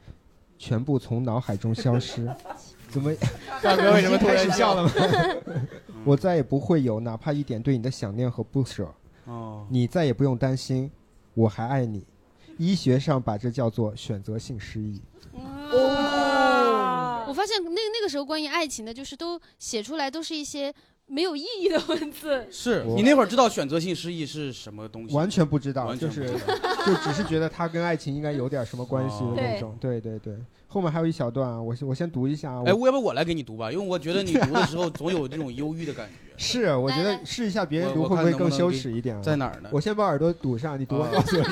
Speaker 3: 全部从脑海中消
Speaker 4: <laughs>
Speaker 3: 失。怎么，
Speaker 4: 大哥为什么突然
Speaker 3: 开始笑
Speaker 6: <laughs>
Speaker 3: 了吗
Speaker 4: 嗯？
Speaker 3: 我再也不会有哪怕一点对你的想念和不舍。
Speaker 4: 哦，
Speaker 3: 你再也不用担心，我还爱你。医学上把这叫做选择性失忆。
Speaker 6: 哦
Speaker 4: 哦
Speaker 2: 我发现那那个时候关于爱情的，就是都写出来都是一些没有意义的文字。
Speaker 4: <laughs> 是你那会儿知道选择性失忆是什么东西？
Speaker 3: 完全不知道，
Speaker 4: 完
Speaker 3: 就
Speaker 4: 全
Speaker 3: 是
Speaker 4: 不知道
Speaker 3: <laughs> 就只是觉得他跟爱情应该有点什么关系的那种。对对对，后面还有一小段啊，我先我先读一下啊。
Speaker 4: 哎，
Speaker 3: 我
Speaker 4: 我要不我来给你读吧，因为我觉得你读的时候总有这种忧郁的感觉。
Speaker 3: 是啊我觉得试一下别人
Speaker 4: 我
Speaker 3: 读
Speaker 4: 我
Speaker 3: 会不
Speaker 4: 看
Speaker 3: 会
Speaker 4: 能不
Speaker 3: 更
Speaker 4: 能
Speaker 3: 羞
Speaker 4: 给
Speaker 3: 耻一点啊？
Speaker 4: 在哪儿呢
Speaker 3: 我先把耳朵堵上，你读完
Speaker 4: 哦
Speaker 3: 告诉我。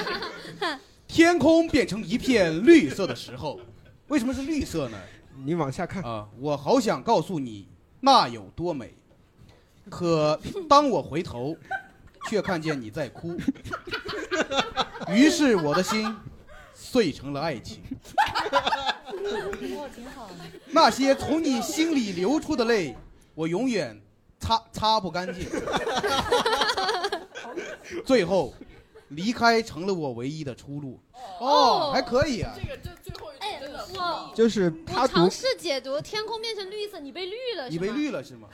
Speaker 4: <laughs> 天空变成一片绿色的时候，为什么是绿色呢？
Speaker 3: 你往下看
Speaker 4: 啊！我好想告诉你那有多美，可当我回头，却看见你在哭。 <laughs> 于是我的心碎成了爱情。
Speaker 15: 哇，挺好的。
Speaker 4: 那些从你心里流出的泪，我永远擦擦不干净。最后，离开成了我唯一的出路。哦，还可以啊。
Speaker 6: 这个这最后一句真的
Speaker 2: 哎我
Speaker 3: 就是他
Speaker 2: 我
Speaker 3: 读
Speaker 2: 尝试解读，天空变成绿色，你被绿了，
Speaker 4: 你被
Speaker 2: 是吗
Speaker 4: 绿了是吗？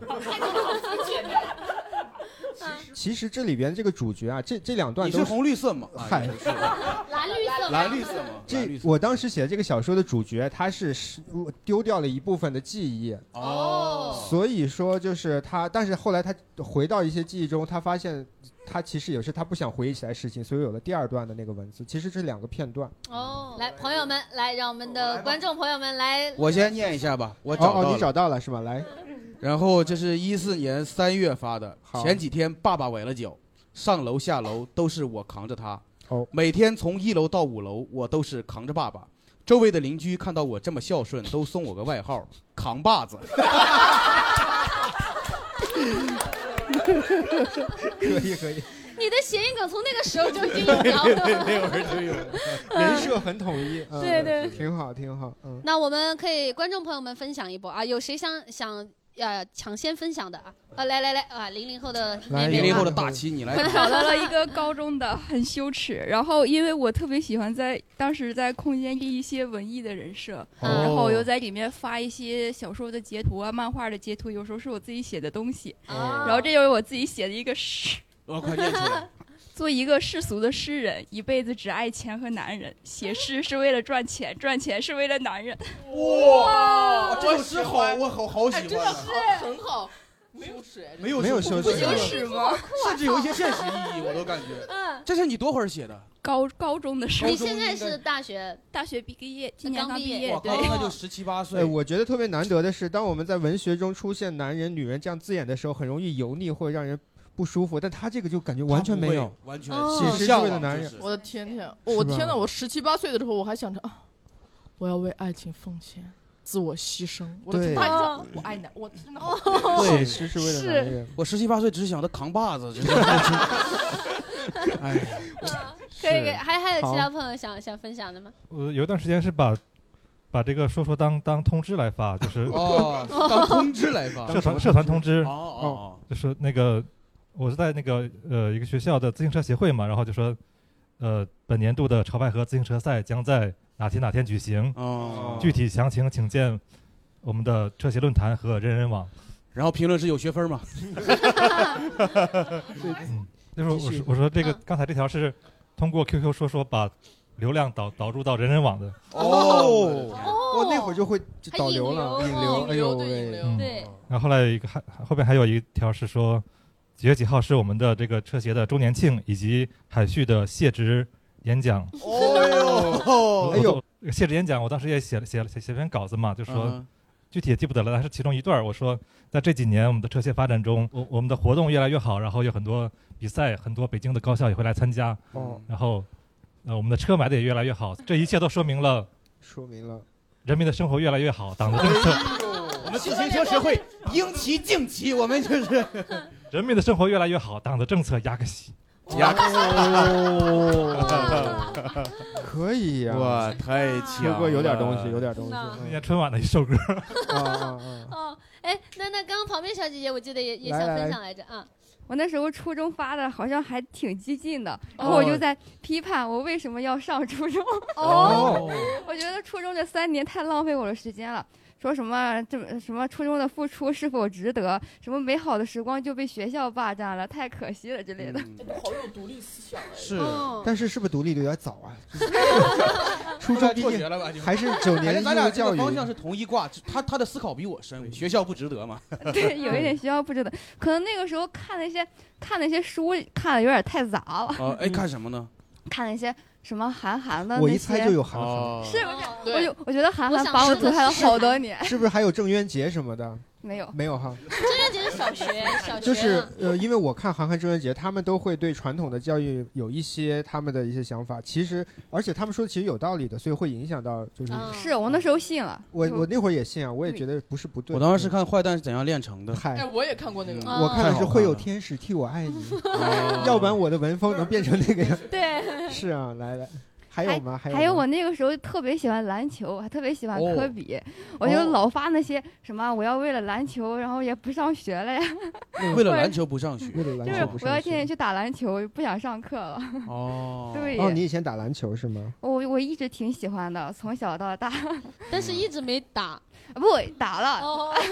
Speaker 3: <laughs> 其实这里边这个主角啊，这这两段
Speaker 4: 你
Speaker 3: 都
Speaker 4: 是红绿色吗？啊
Speaker 3: 嗨
Speaker 4: 你不是
Speaker 2: <laughs> 蓝绿色，
Speaker 4: 蓝绿色吗？蓝
Speaker 3: 这
Speaker 4: 绿色
Speaker 3: 我当时写这个小说的主角，他是失丢掉了一部分的记忆
Speaker 4: 哦，
Speaker 3: 所以说就是他，但是后来他回到一些记忆中，他发现他其实也是他不想回忆起来的事情，所以有了第二段的那个文字。其实这两个片段，
Speaker 2: 哦，来，朋友们，来，让我们的观众朋友们来，
Speaker 4: 我先念一下吧，我
Speaker 3: 哦
Speaker 4: 找到
Speaker 3: 哦
Speaker 4: 了。
Speaker 3: 你找到了是吧？来，
Speaker 4: 然后这是一四年三月发的，前几天爸爸崴了脚，上楼下楼都是我扛着他。
Speaker 3: 哦，
Speaker 4: 每天从一楼到五楼，我都是扛着爸爸。周围的邻居看到我这么孝顺，都送我个外号“扛把子”。
Speaker 3: 可以可
Speaker 4: <laughs>
Speaker 3: 以，
Speaker 2: <laughs> 你的谐音梗从那个时候就已经有
Speaker 3: <laughs>
Speaker 2: 了。
Speaker 3: 会儿就有
Speaker 4: <laughs>
Speaker 3: 人设很统一，嗯
Speaker 2: 对对
Speaker 3: 挺好挺好，嗯。
Speaker 2: 那我们可以观众朋友们分享一波啊，有谁想想呃抢先分享的啊？啊，来来来啊，零零后的
Speaker 4: <laughs> 来零零后的大旗，
Speaker 14: <laughs>
Speaker 4: 你来
Speaker 8: 我
Speaker 4: 扛。
Speaker 8: 找到了一个高中的，很羞耻。然后因为我特别喜欢在当时在空间立一些文艺的人设，
Speaker 4: 哦
Speaker 8: 然后我又在里面发一些小说的截图啊、漫画的截图，有时候是我自己写的东西。
Speaker 4: 哦
Speaker 8: 然后这就是我自己写的一个诗。
Speaker 4: <laughs> 我快念出来。
Speaker 8: <laughs> 做一个世俗的诗人，一辈子只爱钱和男人。写诗是为了赚钱，赚钱是为了男人。
Speaker 4: 哇
Speaker 8: 哇
Speaker 4: 这首诗好，我好好喜
Speaker 6: 哎，真的
Speaker 4: 欢
Speaker 6: 好
Speaker 4: 啊。
Speaker 6: 很好，没有水，
Speaker 4: 没有
Speaker 3: 没有啊
Speaker 4: 羞
Speaker 3: 羞耻
Speaker 14: 啊
Speaker 3: 感
Speaker 8: 是
Speaker 4: <laughs>
Speaker 8: 吗？
Speaker 4: 甚至有一些现实意义，我都感觉。
Speaker 2: 嗯，
Speaker 4: <laughs> 这是你多会儿写的？
Speaker 8: 高高中的时候，
Speaker 2: 你现在是大学
Speaker 8: 大学毕业，今年
Speaker 2: 刚
Speaker 8: 刚
Speaker 2: 毕
Speaker 8: 毕
Speaker 2: 业
Speaker 8: 业
Speaker 4: 我，
Speaker 8: 对
Speaker 4: 靠，，那
Speaker 8: <laughs>
Speaker 4: 就十七八
Speaker 3: 对，
Speaker 4: 岁。<laughs>
Speaker 3: 哎我觉得特别难得的是，当我们在文学中出现“男人”“女人”这样字眼的时候，很容易油腻或者让人不舒服，但他这个就感觉完全没有，
Speaker 4: 完全
Speaker 6: 哦
Speaker 3: 写诗是为了男人。
Speaker 6: 我的天天，我的天呐！我十七八岁的时候，我还想着啊，我要为爱情奉献，自我牺牲。我的
Speaker 4: 对
Speaker 6: 天呐，
Speaker 2: 啊
Speaker 6: 他
Speaker 3: 哦
Speaker 6: 就我爱男，我真的好
Speaker 4: 对，
Speaker 3: 诗是为了男人。
Speaker 4: 我十七八岁只是想着扛把子，真
Speaker 3: <laughs>
Speaker 4: 是。哎，
Speaker 2: <laughs> 可以，可以还还有其他
Speaker 11: 好
Speaker 2: 朋友想想分享的吗？
Speaker 11: 我呃有一段时间是把把这个说说当当通知来发，就是
Speaker 4: <laughs> 哦当通知来发
Speaker 11: <laughs> 社
Speaker 4: 当什么
Speaker 11: 团社团
Speaker 4: 通
Speaker 11: 通
Speaker 4: 知
Speaker 11: 知
Speaker 4: 哦哦，
Speaker 11: 就是那个我是在那个呃一个学校的自行车协会嘛，然后就说呃本年度的潮牌河自行车赛将在哪天哪天举行，
Speaker 4: 哦
Speaker 11: 具体详情请见我们的车协论坛和人人网。嗯
Speaker 4: 然后评论是有学 <laughs> 分吗？
Speaker 11: 就是我
Speaker 4: 继续嗯
Speaker 11: 说我说这个刚才这条是通过 QQ 说说把流量导导入到人人网的。
Speaker 3: 哦，我那会儿就会就导流了，
Speaker 2: 还
Speaker 3: 引
Speaker 2: 引流
Speaker 3: 流，
Speaker 2: 哦
Speaker 3: 哎呦
Speaker 2: 引流对引
Speaker 3: 喂
Speaker 2: 流， <laughs> 对，
Speaker 11: 嗯然后后来有一个还后边还有一条是说几月几号是我们的这个车协的周年庆以及海旭的谢职演讲。
Speaker 4: 哦
Speaker 11: 我我，我谢职演讲我当时也写了写了写写篇稿子嘛，就说。
Speaker 4: 嗯哼
Speaker 11: 具体也记不得了，但是其中一段儿我说，在这几年我们的车协发展中，我我们的活动越来越好，然后有很多比赛，很多北京的高校也会来参加，
Speaker 3: 哦
Speaker 11: 然后呃我们的车买的也越来越好，这一切都说明了
Speaker 3: 说明了。
Speaker 11: 人民的生活越来越好，党的政策，
Speaker 4: 哎我们自行车协 <laughs> 会应旗尽旗，我们 <laughs> 就是。
Speaker 11: 人民的生活越来越好，党的政策压个西。
Speaker 4: 压
Speaker 3: 哦，可以呀，
Speaker 4: 哇，太强
Speaker 3: 这
Speaker 4: 了！
Speaker 3: 歌有点东西，有点东西。
Speaker 11: 今年春晚的一
Speaker 3: <laughs>
Speaker 11: 首歌。哦
Speaker 2: <laughs> 哦，哎，那那刚刚旁边小姐姐，我记得也也
Speaker 9: 来
Speaker 2: 想
Speaker 9: 来
Speaker 2: 分
Speaker 9: 来
Speaker 2: 享来着啊。
Speaker 9: 我那时候初中发的好像还挺激进的，
Speaker 2: 哦
Speaker 9: 然后我就在批判我为什么要上初中。
Speaker 15: 哦，
Speaker 9: <laughs> 我觉得初中这三年太浪费我的时间了。说什么这么什么初中的付出是否值得？什么美好的时光就被学校霸占了，太可惜了之类的。
Speaker 3: 嗯
Speaker 6: 好有独立思想哎。
Speaker 4: 是
Speaker 2: 嗯
Speaker 3: 但是是不是独立的有
Speaker 2: <laughs>
Speaker 3: 点早啊？ <laughs> 初
Speaker 4: 后来
Speaker 3: 中毕
Speaker 4: 辍
Speaker 3: 业
Speaker 4: 学了吧？就
Speaker 3: 还是九
Speaker 4: 反
Speaker 3: 年
Speaker 4: 正
Speaker 3: 义
Speaker 4: 咱俩
Speaker 3: 务
Speaker 4: 这
Speaker 3: 教
Speaker 4: 个
Speaker 3: 育，
Speaker 4: 方向是同一挂，只他他的思考比我深，学校不值得嘛？
Speaker 6: <laughs>
Speaker 9: 对，有一点学校不值得，可能那个时候看那些看那些书看的有点太杂了，
Speaker 4: 哦，哎，看什么呢？
Speaker 9: <laughs> 看那些什么韩寒的那些。
Speaker 3: 我一猜就有韩
Speaker 6: 哦
Speaker 3: 寒，
Speaker 9: 是不是？我就我 <laughs> 觉得韩寒把我毒害了好多年。
Speaker 3: 是不是还有郑渊洁什么的？
Speaker 9: 没有
Speaker 3: 没有哈。
Speaker 2: 郑渊洁是小学小学
Speaker 3: 就是
Speaker 2: 了
Speaker 3: 呃，因为我看韩寒中元节，他们都会对传统的教育有一些他们的一些想法。其实，而且他们说的其实有道理的，所以会影响到就是。
Speaker 2: 嗯
Speaker 9: 是我那时候信了。
Speaker 3: 我我那会
Speaker 9: 儿
Speaker 3: 儿也信啊，我也觉得不是不对。
Speaker 4: 我当时看《坏蛋是怎样炼成的》，
Speaker 3: 嗨，
Speaker 6: 哎我也看过那个
Speaker 3: 嗯哎我看的是会有天使替我
Speaker 9: <laughs>
Speaker 3: 爱你，要不然我的文风能变成那个样。
Speaker 9: 对
Speaker 3: 是啊，来来，还有吗？还有
Speaker 9: 还有
Speaker 3: 吗
Speaker 9: 我那个时候特别喜欢篮球，还特别喜欢
Speaker 3: 哦
Speaker 9: 科比，我就老发那些什么我要为了篮球，然后也不上学了呀，
Speaker 4: 为了篮球不上学，为了
Speaker 9: 就是我要天天去哦打篮球，不想上课了。
Speaker 4: 哦
Speaker 9: 对
Speaker 3: 哦，你以前打篮球是吗？
Speaker 9: 我我一直挺喜欢的，从小到大，
Speaker 2: <laughs>
Speaker 9: 啊
Speaker 2: 但是一直没打。
Speaker 9: 不打了，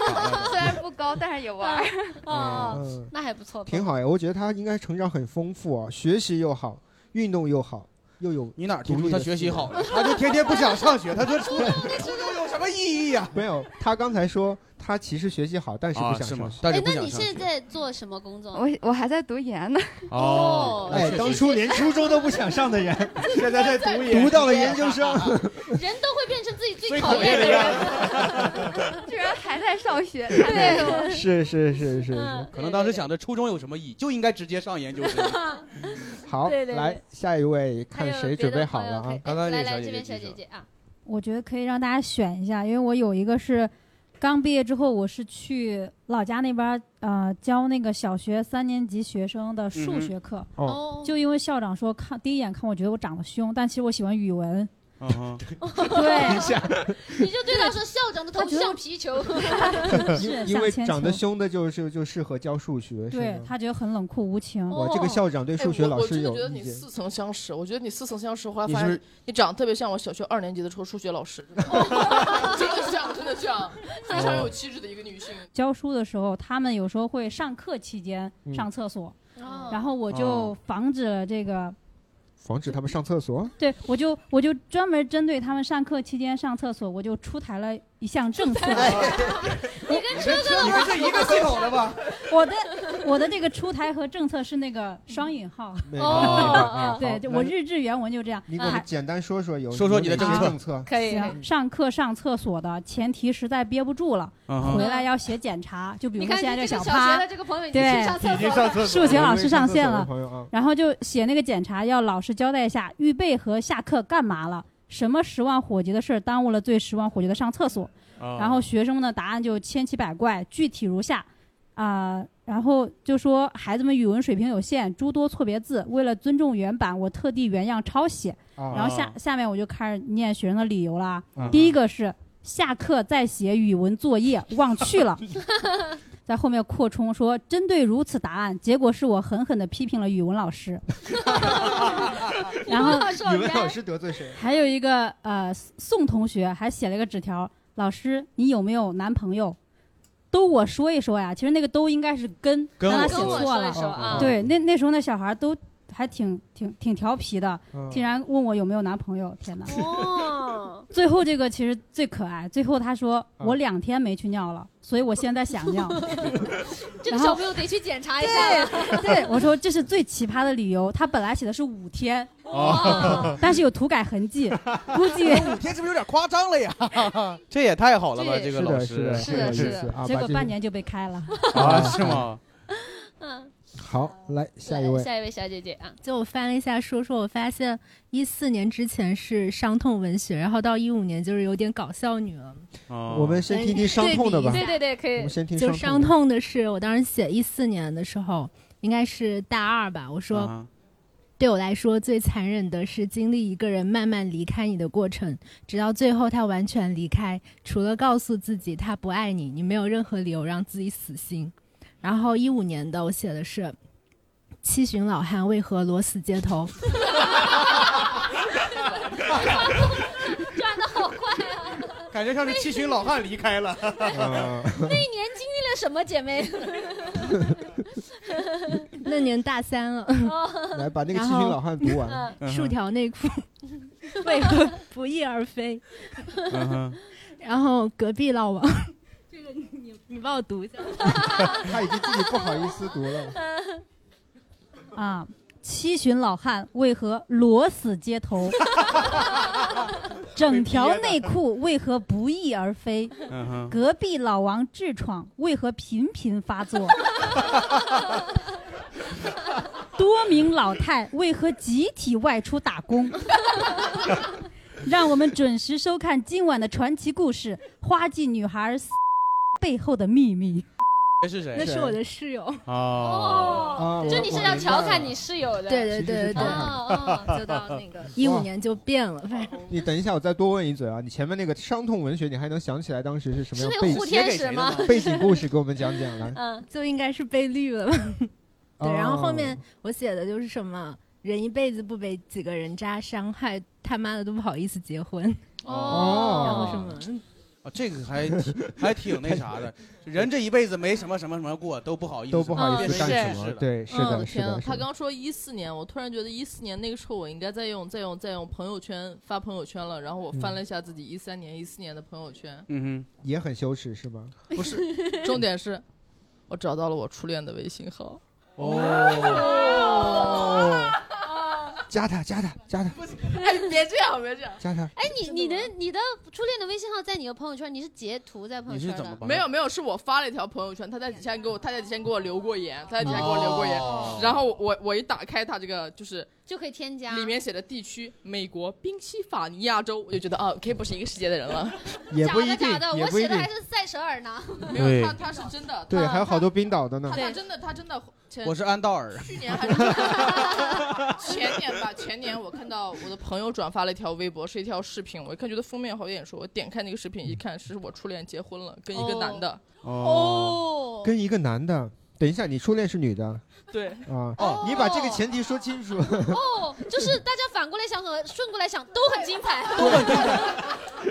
Speaker 9: <laughs> 虽然不高，但是也玩儿。
Speaker 2: <laughs> 哦
Speaker 3: 嗯，
Speaker 2: 那还不错，
Speaker 3: 挺好呀，我觉得他应该成长很丰富啊，学习又好，运动又好，又有
Speaker 4: 你哪
Speaker 3: 独
Speaker 4: 提
Speaker 3: 立
Speaker 4: 出
Speaker 3: 的
Speaker 4: 他学
Speaker 3: 思
Speaker 4: 习
Speaker 3: 维
Speaker 4: 好了？他就天天不想上学，他就
Speaker 2: <laughs>
Speaker 4: 出来。
Speaker 6: 有什么意义呀？
Speaker 3: 没有，他刚才说他其实学习好，但是不
Speaker 4: 啊
Speaker 3: 想
Speaker 4: 是吗
Speaker 3: 上学。
Speaker 4: 但
Speaker 2: 哎，那你现在做什么工作？
Speaker 9: <laughs> 我我还在读研呢。
Speaker 3: 哦哎，当初连初中都不想上
Speaker 4: <laughs>
Speaker 3: 的人，现在在读
Speaker 9: 研
Speaker 3: 读到了研究生。
Speaker 2: <laughs> 人都会变成自己最讨厌的人。
Speaker 9: 人， <laughs> 居然还在上学， <laughs>
Speaker 2: 对，
Speaker 3: 是是是是
Speaker 4: 是，可能当时想着初中有什么意义，就应该直接上研究生。
Speaker 3: 好，
Speaker 2: 对对对
Speaker 3: 来下一位，看谁准备好了啊？
Speaker 2: 刚刚来来这边小姐姐啊，
Speaker 17: 我觉得可以让大家选一下，因为我有一个是刚毕业之后，我是去老家那边儿呃教那个小学三年级学生的呃数学课，
Speaker 3: 嗯哼哦
Speaker 17: 就因为校长说看第一眼看我觉得我长得凶，但其实我喜欢语文，
Speaker 4: 嗯
Speaker 17: 对，
Speaker 2: 你就对他说校长的头像皮球。
Speaker 3: 因
Speaker 2: <laughs>
Speaker 3: <laughs>
Speaker 17: 是
Speaker 3: 因为
Speaker 17: 向前
Speaker 3: 长得
Speaker 17: 求
Speaker 3: 凶的就就就适合教数学，是
Speaker 17: 对
Speaker 3: 吗？
Speaker 17: 他觉得很冷酷无情。
Speaker 3: 哇
Speaker 6: 哦
Speaker 3: 这个校长对数学老师
Speaker 6: 哎我
Speaker 3: 有
Speaker 6: 我真的觉得
Speaker 3: 意
Speaker 6: 你
Speaker 3: 见
Speaker 6: 似曾相识，我觉得你似曾相识，后来
Speaker 4: 你
Speaker 6: 发
Speaker 4: 是不
Speaker 6: 现
Speaker 4: 是
Speaker 6: 你长得特别像我小学二年级的时候数学老师，真的像，真的像，非常有气质的一个女性。
Speaker 17: 教书的时候，他们有时候会上课期间
Speaker 3: 嗯
Speaker 17: 上厕所，
Speaker 6: 哦
Speaker 17: 然后我就
Speaker 3: 哦
Speaker 17: 防止了这个。
Speaker 3: 防止他们上厕所。
Speaker 17: 对，我就我就专门针对他们上课期间上厕所，我就出台了一项政策。
Speaker 2: <laughs> 你跟车哥老师
Speaker 4: 的吧？
Speaker 17: 我的我的这个出台和政策是那个双引号。
Speaker 3: 明白明白嗯好
Speaker 17: 哦对，就我
Speaker 3: 来
Speaker 17: 日志原文就这样。
Speaker 3: 你给我们
Speaker 17: 啊
Speaker 3: 简单说说有
Speaker 4: 说说你的
Speaker 3: 有哪
Speaker 4: 政
Speaker 3: 些
Speaker 4: 策
Speaker 3: 政策，
Speaker 17: 可以 <laughs> 上课上厕所的前提，实在憋不住了，
Speaker 4: 嗯哼
Speaker 17: 回来要写检查。就比如
Speaker 2: 你
Speaker 17: 说
Speaker 2: 看
Speaker 17: 现在
Speaker 2: 你这
Speaker 17: 小
Speaker 2: 个小
Speaker 17: 趴，
Speaker 2: 学的这个朋友已经
Speaker 17: 对
Speaker 2: 去上厕所了已经上厕所了
Speaker 17: 数学老师上线了
Speaker 3: 朋友
Speaker 14: 嗯
Speaker 3: 啊，
Speaker 17: 然后就写那个检查，要老师交代一下预备和下课干嘛了，什么十万火急的事儿耽误了最十万火急的上厕所。
Speaker 14: 哦
Speaker 17: 然后学生们的答案就千奇百怪，具体如下，啊、然后就说孩子们语文水平有限，诸多错别字，为了尊重原版，我特地原样抄写。
Speaker 14: 哦
Speaker 17: 然后下下面我就开始念学生的理由啦。
Speaker 14: 嗯
Speaker 17: 第一个是下课再写语文作业，忘去了。 <laughs> 在后面扩充说，针对如此答案，结果是我狠狠地批评了语文老师。然后
Speaker 3: <laughs> 语文老师得罪
Speaker 17: <laughs>
Speaker 3: 谁？
Speaker 17: 还有一个呃，宋同学还写了一个纸条，老师你有没有男朋友？都我说一说呀，其实那个都应该是跟，
Speaker 14: 跟
Speaker 17: 让他
Speaker 14: 我
Speaker 17: 写
Speaker 14: 说
Speaker 17: 错
Speaker 14: 跟我
Speaker 17: 了。
Speaker 14: 说
Speaker 17: 哦
Speaker 14: 一说啊
Speaker 17: 对，那那时候那小孩都还挺挺挺调皮的，
Speaker 14: 嗯
Speaker 17: 竟然问我有没有男朋友，天哪！
Speaker 2: 哦，
Speaker 17: <laughs> 最后这个其实最可爱，最后他说
Speaker 2: 嗯
Speaker 17: 我两天没去尿了，所以我现在想尿。
Speaker 2: <laughs> 这个小朋友得去检查一下。
Speaker 17: <laughs> 对，对，我说这是最奇葩的理由。他本来写的是五天，
Speaker 4: 哦
Speaker 17: 但是有涂改痕迹，估计
Speaker 4: <laughs> 五天是不是有点夸张了呀？这也太好了吧，
Speaker 17: 这
Speaker 4: 这个
Speaker 3: 是的
Speaker 4: 老
Speaker 3: 是的
Speaker 4: 师
Speaker 3: 是的是的是的啊
Speaker 17: 结
Speaker 3: 把
Speaker 17: 果
Speaker 3: 这
Speaker 17: 半
Speaker 3: 个
Speaker 17: <laughs> 年就被开了。
Speaker 4: 啊，是吗？
Speaker 3: 好，嗯来下一位，
Speaker 2: 下一位小姐姐啊，
Speaker 14: 就我翻了一下说说，我发现一四年之前是伤痛文学，然后到一五年就是有点搞笑女了。
Speaker 17: 哦
Speaker 3: 我们先听听伤痛的吧。
Speaker 14: 对对对，可以。
Speaker 3: 我们先听
Speaker 14: 就
Speaker 3: 伤
Speaker 14: 伤
Speaker 3: 痛
Speaker 14: 痛的是，我当时写一四年的时候，应该是大二吧。我说，
Speaker 4: 啊
Speaker 14: 对我来说最残忍的是经历一个人慢慢离开你的过程，直到最后他完全离开，除了告诉自己他不爱你，你没有任何理由让自己死心。然后一五年的我写的是。七旬老汉为何裸死街头？嗯
Speaker 2: <laughs> 转的好快啊！
Speaker 4: 感觉像是七旬老汉离开了。
Speaker 2: 那一年经历了什么， <laughs> 姐妹？
Speaker 14: <laughs> 那年大三了，
Speaker 2: 哦
Speaker 14: <laughs>
Speaker 3: 来把那个
Speaker 14: 然
Speaker 3: 七旬
Speaker 14: 后
Speaker 3: 老汉读完嗯
Speaker 14: 数条内裤
Speaker 2: 嗯
Speaker 14: 为何不翼而飞？
Speaker 4: 嗯哼
Speaker 14: 然后隔壁老王，这个你你你帮我读一 <laughs> 下。
Speaker 3: 他已经自己不好意思读
Speaker 17: <laughs>
Speaker 3: 了。
Speaker 4: <laughs>
Speaker 17: 啊，七旬老汉为何裸死街头？整条内裤为何不翼而飞？
Speaker 4: 嗯哼
Speaker 17: 隔壁老王痔疮为何频频发作？ <laughs> 多名老太为何集体外出打工？ <laughs> 让我们准时收看今晚的传奇故事《花季女孩 <laughs> 背后的秘密》。
Speaker 4: 这是谁？
Speaker 16: 那是我 <laughs> 的室友。
Speaker 3: 啊
Speaker 4: 哦
Speaker 2: 就你是要调侃你室友的，
Speaker 16: 对对对对对
Speaker 2: 哦哦，就到
Speaker 14: <laughs>
Speaker 2: 那个
Speaker 16: 一五年就变了，反
Speaker 2: 哦
Speaker 16: 正
Speaker 3: 你等一下，我再多问一嘴啊！你前面那个伤痛文学，你还能想起来当时是什么样
Speaker 16: 是那个
Speaker 3: 背
Speaker 16: 护天使吗
Speaker 3: 景 <laughs> 背景故事给我们讲讲来。
Speaker 16: 嗯，就应该是被绿了吧。对，然后后面
Speaker 3: 哦
Speaker 16: 我写的就是什么，人一辈子不被几个人渣伤害，他妈的都不好意思结婚。
Speaker 4: 哦
Speaker 16: 然后什么。
Speaker 4: 啊，这个还挺还挺那啥的，人这一辈子没什么什么什么过，都不好意思，
Speaker 3: 都不好意思
Speaker 4: 变成
Speaker 3: 干
Speaker 4: 一
Speaker 3: 什
Speaker 4: 件
Speaker 3: 么
Speaker 4: 事了
Speaker 3: 对是的
Speaker 6: 嗯我
Speaker 3: 是的
Speaker 6: 天
Speaker 3: 是
Speaker 6: 啊
Speaker 3: 的
Speaker 6: 他刚说一四年，我突然觉得一四年那个时候我应该再用再用再用朋友圈发朋友圈了。然后我翻了一下自
Speaker 3: 嗯
Speaker 6: 己一三年、一四年的朋
Speaker 3: <laughs>
Speaker 6: 友圈，
Speaker 4: 嗯
Speaker 3: 哼，也很羞耻是吗？
Speaker 6: 不是，重点是我找到了我初恋的微信号。
Speaker 4: 哦
Speaker 3: 哦， <laughs> 加他加他加他
Speaker 6: <laughs> 哎，别这样，别这样。
Speaker 3: 加他，
Speaker 2: 哎，你你的你的初恋的微信号在你的朋友圈，你是截图在朋友圈的？
Speaker 6: 没有没有，是我发了一条朋友圈，他在底下给我，他在底下给我留过言，他在底下给我留过言，
Speaker 2: 哦
Speaker 6: 然后我我一打开他这个就是
Speaker 2: 就可以添加。
Speaker 6: 里面写的地区美国宾夕法尼亚州，我就觉得啊，可以不是一个世界的人了。
Speaker 3: 也不一定
Speaker 2: 假的，
Speaker 3: 也
Speaker 2: 我
Speaker 3: 不一
Speaker 2: 写的
Speaker 3: 定
Speaker 2: 还。是塞舌尔呢。
Speaker 3: 没有对
Speaker 6: 他他是真的，
Speaker 3: 对，
Speaker 6: 他
Speaker 3: 还有好多冰岛的呢
Speaker 6: 他。他真的他真的前
Speaker 4: 我是安道尔，
Speaker 6: 去
Speaker 4: <laughs>
Speaker 6: 年还是 <laughs> 前年吧，前年我看到我的朋友转发了一条微博，是一条视频，我一看觉得封面好眼熟，我点开那个视频一看，是我初恋结婚了，跟一个男的。
Speaker 4: 哦
Speaker 3: 哦，跟一个男的。等一下，你初恋是女的
Speaker 6: 对 <laughs>
Speaker 3: 啊？
Speaker 4: 哦
Speaker 3: 你把这个前提说清楚。
Speaker 2: 哦，就是大家反过来想和顺过来想都很精彩，
Speaker 6: <laughs>
Speaker 4: 都很
Speaker 2: 精彩。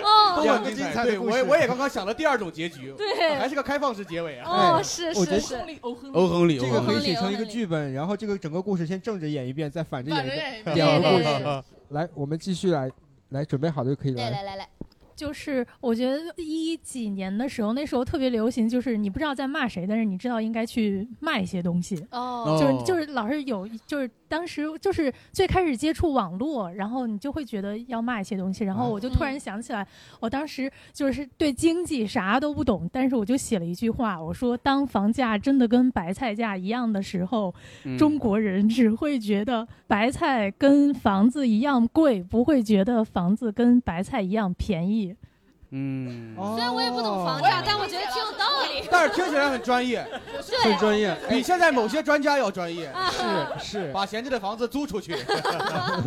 Speaker 2: <laughs> 哦，
Speaker 4: 都很精
Speaker 3: 精
Speaker 4: 彩。
Speaker 3: 彩的
Speaker 4: 对，
Speaker 3: 故
Speaker 4: 我也
Speaker 3: 事
Speaker 4: 我也刚刚想了第二种结局，
Speaker 2: 对
Speaker 4: 还是个开放式结尾啊。
Speaker 2: 哦是
Speaker 3: 哎我觉得
Speaker 2: 是
Speaker 4: 欧亨利
Speaker 3: 这个
Speaker 4: 欧亨利
Speaker 3: 可以写成一个剧本，然后这个整个故事先正着演一遍，再反着演一
Speaker 16: 反着演
Speaker 3: 遍，两
Speaker 16: 一遍
Speaker 3: 个故
Speaker 16: 对对对
Speaker 3: 事。来，我们继续来，来准备好就可以了。
Speaker 2: 来来，
Speaker 7: 就是我觉得一几年的时候，那时候特别流行，就是你不知道在骂谁，但是你知道应该去骂一些东西。
Speaker 2: 哦
Speaker 7: 就是就是老是有，就是当时就是最开始接触网络，然后你就会觉得要骂一些东西，
Speaker 2: 嗯
Speaker 7: 然后我就突然想起来，我当时就是对经济啥都不懂，但是我就写了一句话，我说当房价真的跟白菜价一样的时候，
Speaker 4: 嗯
Speaker 7: 中国人只会觉得白菜跟房子一样贵，不会觉得房子跟白菜一样便宜。
Speaker 4: 嗯，
Speaker 2: 虽然我也不懂
Speaker 6: 哦
Speaker 2: 房价，但我觉得挺有道理。
Speaker 4: 但是听起来很专业，
Speaker 2: 对啊很专
Speaker 3: 业，
Speaker 4: 比现在某些专家要专业。
Speaker 3: 是是，
Speaker 4: 把闲置的房子租
Speaker 2: <laughs>
Speaker 4: 出去。
Speaker 3: <laughs>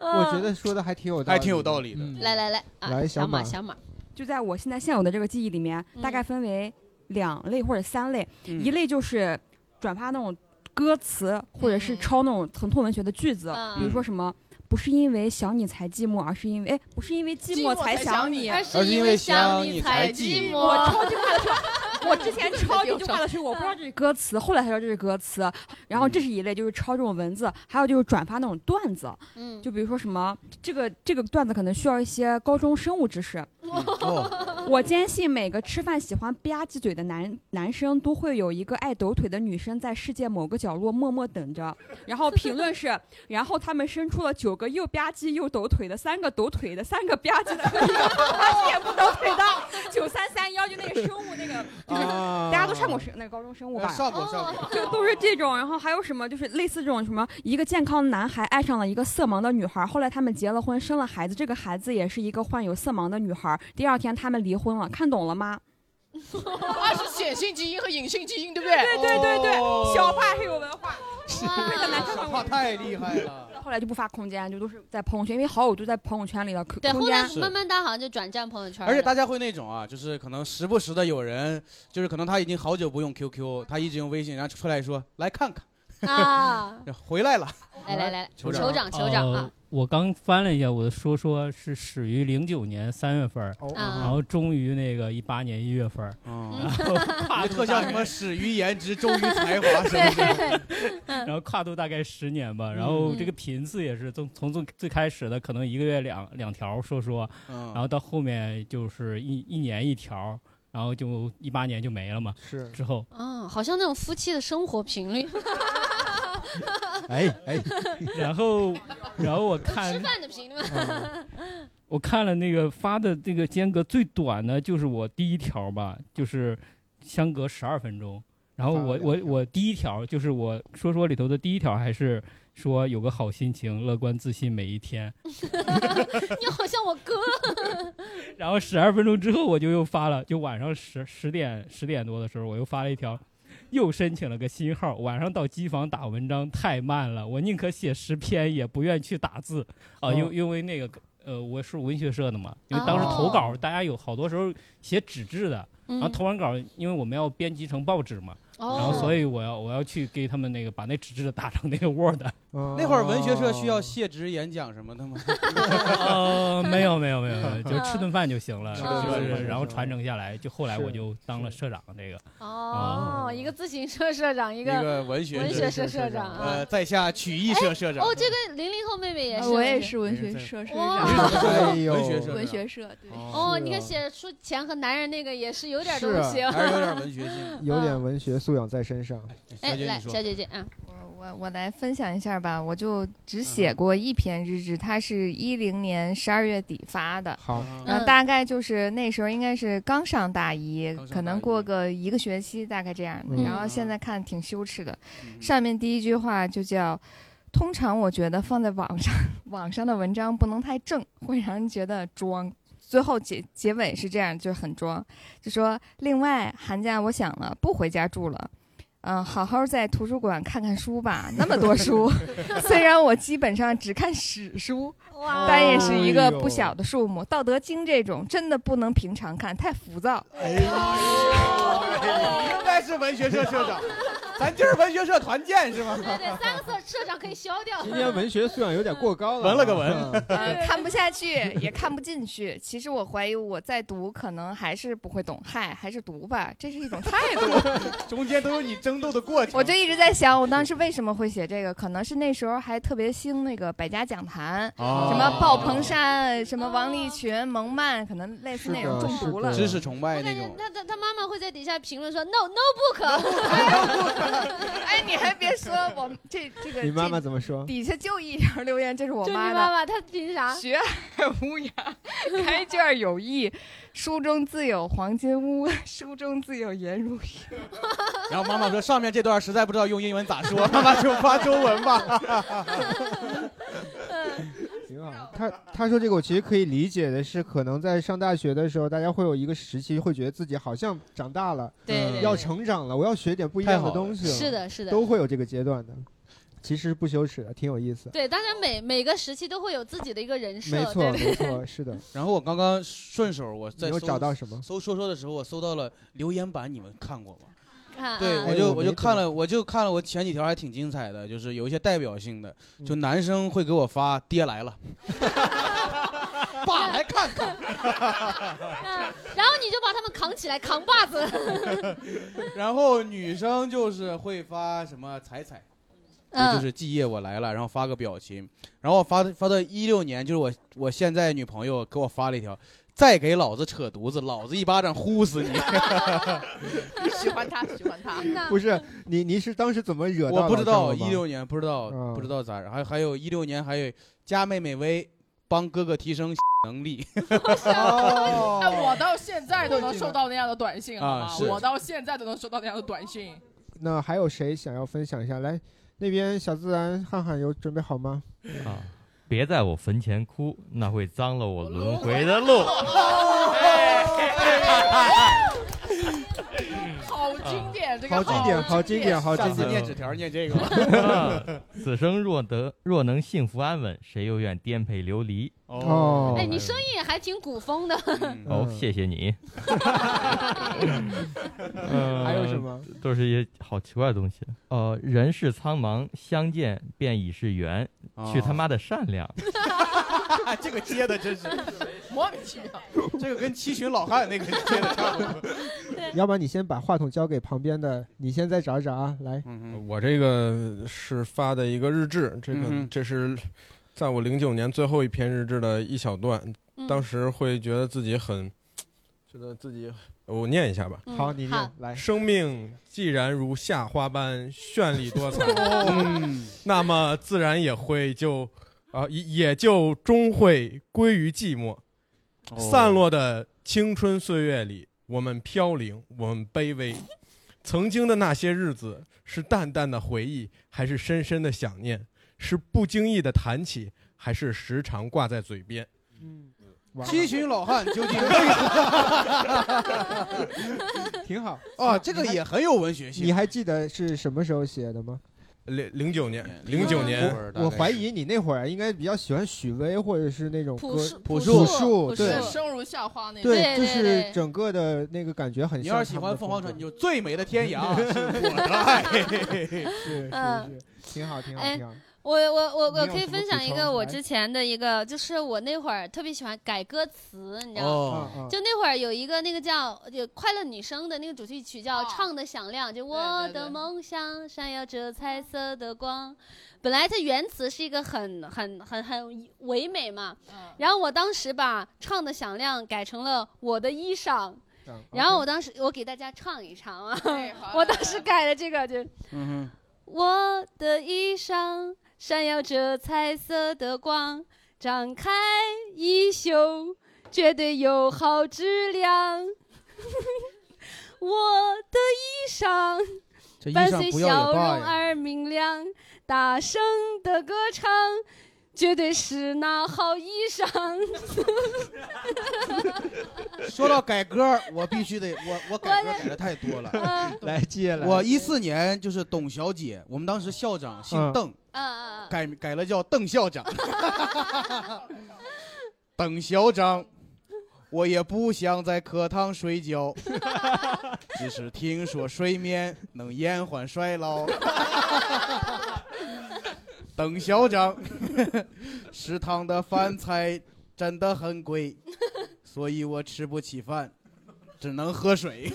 Speaker 3: 我觉得说的还挺有道
Speaker 4: 还
Speaker 3: 理，
Speaker 4: 挺有道理的
Speaker 3: 嗯
Speaker 2: 来来来，啊
Speaker 3: 来小
Speaker 2: 小
Speaker 3: 马
Speaker 2: 小马，嗯
Speaker 10: 就在我现在现有的这个记忆里面，大概分为两类或者三类，
Speaker 4: 嗯
Speaker 10: 一类就是转发那种歌词或者是抄那种疼痛文学的句子，
Speaker 2: 嗯
Speaker 10: 比如说什么。不是因为想你才寂寞，而是因为哎，不是因为寂寞才想你，
Speaker 2: 而是因为想你才寂寞。
Speaker 10: 我抄这句话的时候，我之前抄这
Speaker 2: <laughs>
Speaker 10: 句话的时候，我不知道这是歌词，后来才知道这是歌词。然后这是一类，就是抄这种文字，还有就是转发那种段子，
Speaker 2: 嗯
Speaker 10: 就比如说什么这个这个段子可能需要一些高中生物知识。
Speaker 4: 哦
Speaker 10: 我坚信每个吃饭喜欢吧唧嘴的男男生都会有一个爱抖腿的女生在世界某个角落默默等着。然后评论是，然后他们生出了九个又吧唧又抖腿的，三个抖腿的，三个吧唧的， <laughs> 和一个吧唧也不抖腿的。九三三幺就那个生物那个，就是
Speaker 4: 啊
Speaker 10: 大家都上过生那个高中生物吧？
Speaker 4: 呃上过上
Speaker 2: 哦
Speaker 4: 过
Speaker 10: 就都是这种。然后还有什么就是类似这种什么，一个健康男孩爱上了一个色盲的女孩，后来他们结了婚，生了孩子，这个孩子也是一个患有色盲的女孩。第二天他们离婚了，看懂了吗？
Speaker 6: 二是显性基因和隐性基因，对不对？
Speaker 10: 对对对对
Speaker 6: 哦
Speaker 10: 小话是有文化。
Speaker 6: 是
Speaker 10: 这个男生很
Speaker 4: 话太厉害了。
Speaker 10: 后来就不发空间，就都是在朋友圈，因为好友都在朋友圈里了。
Speaker 2: 对，
Speaker 10: 空
Speaker 2: 后
Speaker 10: 间
Speaker 2: 来慢慢大家好像就转战朋友圈了，
Speaker 4: 而且大家会那种啊，就是可能时不时的有人，就是可能他已经好久不用 QQ，他一直用微信，然后出来说来看看，
Speaker 14: 嗯
Speaker 4: <laughs>
Speaker 2: 啊，
Speaker 4: 回来了。
Speaker 2: 来来
Speaker 4: <laughs>
Speaker 2: 来，
Speaker 4: 酋
Speaker 2: 酋长酋长啊
Speaker 13: 呃，我刚翻了一下我的说说，是始于零九年三月份儿，
Speaker 3: 哦
Speaker 2: 啊
Speaker 13: 然后终于那个一八年一月份儿，
Speaker 3: 嗯
Speaker 13: 然后跨
Speaker 4: 你
Speaker 13: 度
Speaker 4: 特像
Speaker 13: 大
Speaker 4: 什
Speaker 13: 概
Speaker 4: 么始于颜值，终于才华，是不是？
Speaker 13: 然后跨度大概十年吧，然后这个频次也是从从最最开始的可能一个月两两条说说，
Speaker 4: 嗯
Speaker 13: 然后到后面就是一一年一条，然后就一八年就没了嘛，
Speaker 3: 是
Speaker 13: 之后
Speaker 2: 啊，好像那种夫妻的生活频率， <laughs>
Speaker 13: <laughs> 哎哎，然后然后我看
Speaker 2: 吃饭的频率。
Speaker 13: 我看了那个发的这个间隔最短的就是我第一条吧，就是相隔十二分钟。然后我我我第一条就是我说说里头的第一条还是说有个好心情，乐观自信每一天。
Speaker 2: 你好像我哥，
Speaker 13: 然后十二分钟之后我就又发了，就晚上十十点十点多的时候我又发了一条，又申请了个新号，晚上到机房打文章太慢了，我宁可写十篇也不愿去打字啊，因为
Speaker 4: 哦
Speaker 13: 因为那个呃我是文学社的嘛，因为当时投稿大家有好多时候写纸质的，然后
Speaker 4: 哦嗯
Speaker 13: 投完稿因为我们要编辑成报纸嘛。
Speaker 4: 哦
Speaker 13: 然后，所以我要我要去给他们那个把那纸质的打成那个 Word。
Speaker 4: 哦那会儿文学社需要谢职演讲什
Speaker 13: <laughs>
Speaker 4: 么的吗？ <laughs>
Speaker 13: 呃，没有没有没有，
Speaker 4: 嗯
Speaker 13: 没有就吃顿饭就行了，
Speaker 4: 吃顿
Speaker 13: 就
Speaker 4: 饭就行
Speaker 13: 嗯是
Speaker 4: 了
Speaker 13: 然后传承下来。就后来
Speaker 4: 是
Speaker 13: 我就当了社长，这个
Speaker 2: 哦，一个自行车社长，一
Speaker 13: 一
Speaker 2: 个
Speaker 4: 文学
Speaker 2: 文学社社长啊。
Speaker 4: 呃，在下曲艺社社长。
Speaker 2: 哦，这个零零后妹妹也是，
Speaker 8: 啊我也是文学社社长，
Speaker 13: <laughs>
Speaker 4: 哎呦
Speaker 8: 文
Speaker 4: 文学社
Speaker 8: 文
Speaker 4: 社
Speaker 8: 学
Speaker 4: 长
Speaker 8: 社对。
Speaker 2: 哦，你看写出钱和男人那个也是有点东西，
Speaker 4: <laughs>
Speaker 3: 性，啊有点文学素养在身上。
Speaker 2: 哎，来，小姐姐啊，
Speaker 12: 我我来分享一下吧，我就只写过一篇日志，它是一零年十二月底发的。
Speaker 3: 好
Speaker 12: 然
Speaker 3: 嗯
Speaker 12: 后大概就是那时候应该是刚上大一，可能过个一个学期，大概这样的。
Speaker 18: 嗯
Speaker 12: 然后现在看挺羞耻的，上面第一句话就叫。通常我觉得放在网上， <laughs> 网上的文章不能太正，会让人觉得装。最后结结尾是这样，就很装，就说另外寒假我想了，不回家住了，嗯、好好在图书馆看看书吧。那么多书， <laughs> 虽然我基本上只看史书，但也是一
Speaker 4: 哎
Speaker 12: 个不小的数目。道德经》这种真的不能平常看，太浮躁。
Speaker 4: 哎 <laughs> 应该是文学社社长， <laughs> 咱今儿文学社团建是吗？
Speaker 2: 对对，三个社社长可以消掉。
Speaker 3: 今天文学素养有点过高了，
Speaker 4: 文了个
Speaker 3: <laughs>
Speaker 4: 文
Speaker 3: 嗯
Speaker 4: <laughs>
Speaker 12: 呃，看不下去，也看不进去。其实我怀疑我再读，可能还是不会懂。嗨，还是读吧，这是一种态度。
Speaker 4: <laughs> 中间都有你争斗的过程。
Speaker 12: 我就一直在想，我当时为什么会写这个？可能是那时候还特别兴那个百家讲坛，
Speaker 4: 哦
Speaker 12: 什么鲍鹏山、什么王立群、蒙曼，可能类似那种中毒了。
Speaker 4: 知识崇拜那种。
Speaker 2: 他他他妈妈会在底下评论说 no no book， <laughs>
Speaker 12: 哎，你还别说，我这这个
Speaker 3: 你妈妈
Speaker 12: 这
Speaker 3: 怎么说？
Speaker 12: 底下就一条留言，这是我
Speaker 2: 就你
Speaker 12: 妈的。
Speaker 2: 妈妈她凭啥？
Speaker 12: 学海无涯，开卷有益，书中自有黄金屋，书中自有颜如玉。
Speaker 4: 然后妈妈说上面这段实在不知道用英文咋 <laughs> 说，妈妈就发中文吧。
Speaker 3: 挺好。他他说这个我其实可以理解的是，可能在上大学的时候，大家会有一个时期会觉得自己好像长大了，
Speaker 2: 对对对
Speaker 3: 要成长了，我要学点不一样的东西了。
Speaker 2: 太好了是的是的
Speaker 3: 都会有这个阶段的，其实不羞耻的，挺有意思。
Speaker 2: 对，大家每每个时期都会有自己的一个人设，
Speaker 3: 没错
Speaker 2: 对
Speaker 3: 没错，是
Speaker 2: <laughs>
Speaker 3: 的。
Speaker 4: 然后我刚刚顺手我在
Speaker 3: 你又
Speaker 4: 搜
Speaker 3: 找到什么
Speaker 4: 搜说说的时候，我搜到了留言板，你们看过吗？
Speaker 2: 看
Speaker 4: 对，
Speaker 2: 啊
Speaker 4: 哎我就
Speaker 3: 我
Speaker 4: 我
Speaker 3: 没
Speaker 4: 就
Speaker 3: 怎
Speaker 4: 看了，我就看了，我前几条还挺精彩的，就是有一些代表性的，就男生会给我发“爹 <laughs> 来了 <laughs> 爸来看看。
Speaker 2: <laughs> 嗯然后你就把他们扛起来，扛把子。”，
Speaker 4: 然后女生就是会发什么“彩彩”，
Speaker 2: 嗯
Speaker 4: 就是季夜我来了，然后发个表情，然后我发发到一六年，就是我我现在女朋友给我发了一条。再给老子扯犊子，老子一巴掌呼死你！ <laughs>
Speaker 14: 喜欢他，喜欢他。
Speaker 3: 不是你，你是当时怎么惹到
Speaker 4: 我不知道，
Speaker 3: 老张
Speaker 4: 一
Speaker 3: 的
Speaker 4: 六
Speaker 3: 吗
Speaker 4: 年不知道、
Speaker 3: 嗯
Speaker 4: 不知道咋着，还还有一六年还有加妹妹威帮哥哥提升能
Speaker 3: <laughs>
Speaker 4: 力，
Speaker 14: 哎，我到现在都能收到那样的短信，好
Speaker 3: 啊
Speaker 14: 吗？
Speaker 3: 是
Speaker 14: 我到现在都能收到那样的短信。
Speaker 3: 那还有谁想要分享一下？来，那边小自然汉汉有准备
Speaker 2: <laughs>
Speaker 3: 好吗？
Speaker 19: 啊，别在我坟前哭，那会脏了我轮回 <laughs> 的路。
Speaker 14: 啊好经典，这个
Speaker 3: 好经典好经典好经
Speaker 4: 下次
Speaker 3: 典
Speaker 4: 念纸条念这个吧。
Speaker 14: <laughs> 嗯
Speaker 19: 啊此生若得若能幸福安稳，谁又愿颠沛流离？
Speaker 3: 哦
Speaker 2: <laughs> 哎，你声音也还挺古风的。
Speaker 19: 哦，谢谢你。呃
Speaker 3: 还有什么？
Speaker 19: 都是一些好奇怪的东西。呃，人世苍茫，相见便已是缘。去
Speaker 3: 啊
Speaker 19: 他妈的善
Speaker 11: <laughs>
Speaker 19: 良！
Speaker 4: <laughs> 这个接的真是
Speaker 14: 莫名其妙。
Speaker 4: 这个跟七旬老汉那个接的差不多。
Speaker 3: 要不然你先把话筒交给旁边的，你先再找一找啊。来，
Speaker 4: 嗯
Speaker 5: 我这个是发的一个日志，这个、
Speaker 3: 嗯哼
Speaker 5: 这是在我零九年最后一篇日志的一小段，
Speaker 2: 嗯
Speaker 5: 当时会觉得自己很，觉得自己，我念一下吧。
Speaker 3: 嗯好你念好来
Speaker 5: 生命既然
Speaker 4: <laughs>
Speaker 5: 如夏花般绚丽多彩，
Speaker 3: 哦
Speaker 5: 嗯，那么自然也会就啊，也也就终会归于寂寞。
Speaker 4: 哦
Speaker 5: 散落的青春岁月里，我们飘零，我们卑微。曾经的那些日子，是淡淡的回忆，还是深深的想念？是不经意的谈起，还是时常挂在嘴边？
Speaker 3: 嗯
Speaker 4: 七群老汉究
Speaker 3: <laughs>
Speaker 4: 竟
Speaker 3: 挺好
Speaker 4: 啊，这个也很有文学性。
Speaker 3: 你还记得是什么时候写的吗？
Speaker 5: 零零九年，零九年，
Speaker 3: 我我怀疑你那会儿应该比较喜欢许巍或者是那种
Speaker 6: 朴
Speaker 3: 歌
Speaker 6: 树朴
Speaker 3: 朴
Speaker 6: 树朴
Speaker 3: 树，
Speaker 6: 树
Speaker 3: 对，
Speaker 6: 生如夏花那
Speaker 3: 对，就
Speaker 6: 种对对对
Speaker 3: 是整个的那个感觉很像。
Speaker 4: 你要是喜欢凤凰传奇，就最美的
Speaker 3: <laughs>
Speaker 4: 天涯啊是我的爱。
Speaker 3: 是
Speaker 2: <laughs> 嗯，
Speaker 3: 挺好，挺好，
Speaker 2: 哎
Speaker 3: 挺好。
Speaker 2: 我我我我
Speaker 3: 你有
Speaker 2: 可以
Speaker 3: 什么
Speaker 2: 分享
Speaker 3: 补
Speaker 2: 一
Speaker 3: 充
Speaker 2: 个我
Speaker 3: 来
Speaker 2: 之前的一个，就是我那会儿特别喜欢改歌词，你知道吗？
Speaker 4: 哦嗯嗯
Speaker 2: 就那会儿有一个那个叫就快乐女生的那个主题曲叫《唱的响亮》，就我的梦想闪耀着彩色的光。本来它原词是一个很很很很唯美嘛，然后我当时把《唱的响亮》改成了我的衣裳。
Speaker 3: 嗯
Speaker 2: 然后我当时我给大家唱一唱啊，我当时改了这个就。
Speaker 4: 嗯
Speaker 2: 我的衣裳闪耀着彩色的光，展开衣袖，绝对有好质
Speaker 3: <laughs>
Speaker 2: 量。我的衣裳
Speaker 15: 这衣裳
Speaker 2: 伴随
Speaker 15: 不要也
Speaker 2: 笑
Speaker 15: 罢呀
Speaker 2: 容而明亮，大声的歌唱，绝对是那好衣裳。
Speaker 4: 说到改歌，我必须得我我改歌改 <laughs> 的太多了。
Speaker 14: <laughs>
Speaker 3: 来接来
Speaker 4: 我一四年就是董小姐，我们当时校长姓
Speaker 3: 嗯
Speaker 4: 邓，
Speaker 2: 嗯
Speaker 4: 改改了叫邓校长。 <laughs> 邓校长，我也不想在课堂
Speaker 2: <laughs>
Speaker 4: 睡觉，只是听说睡眠能延缓衰老。邓校长，食堂的饭菜真的很贵， <laughs> 所以我吃不起饭，只能喝水。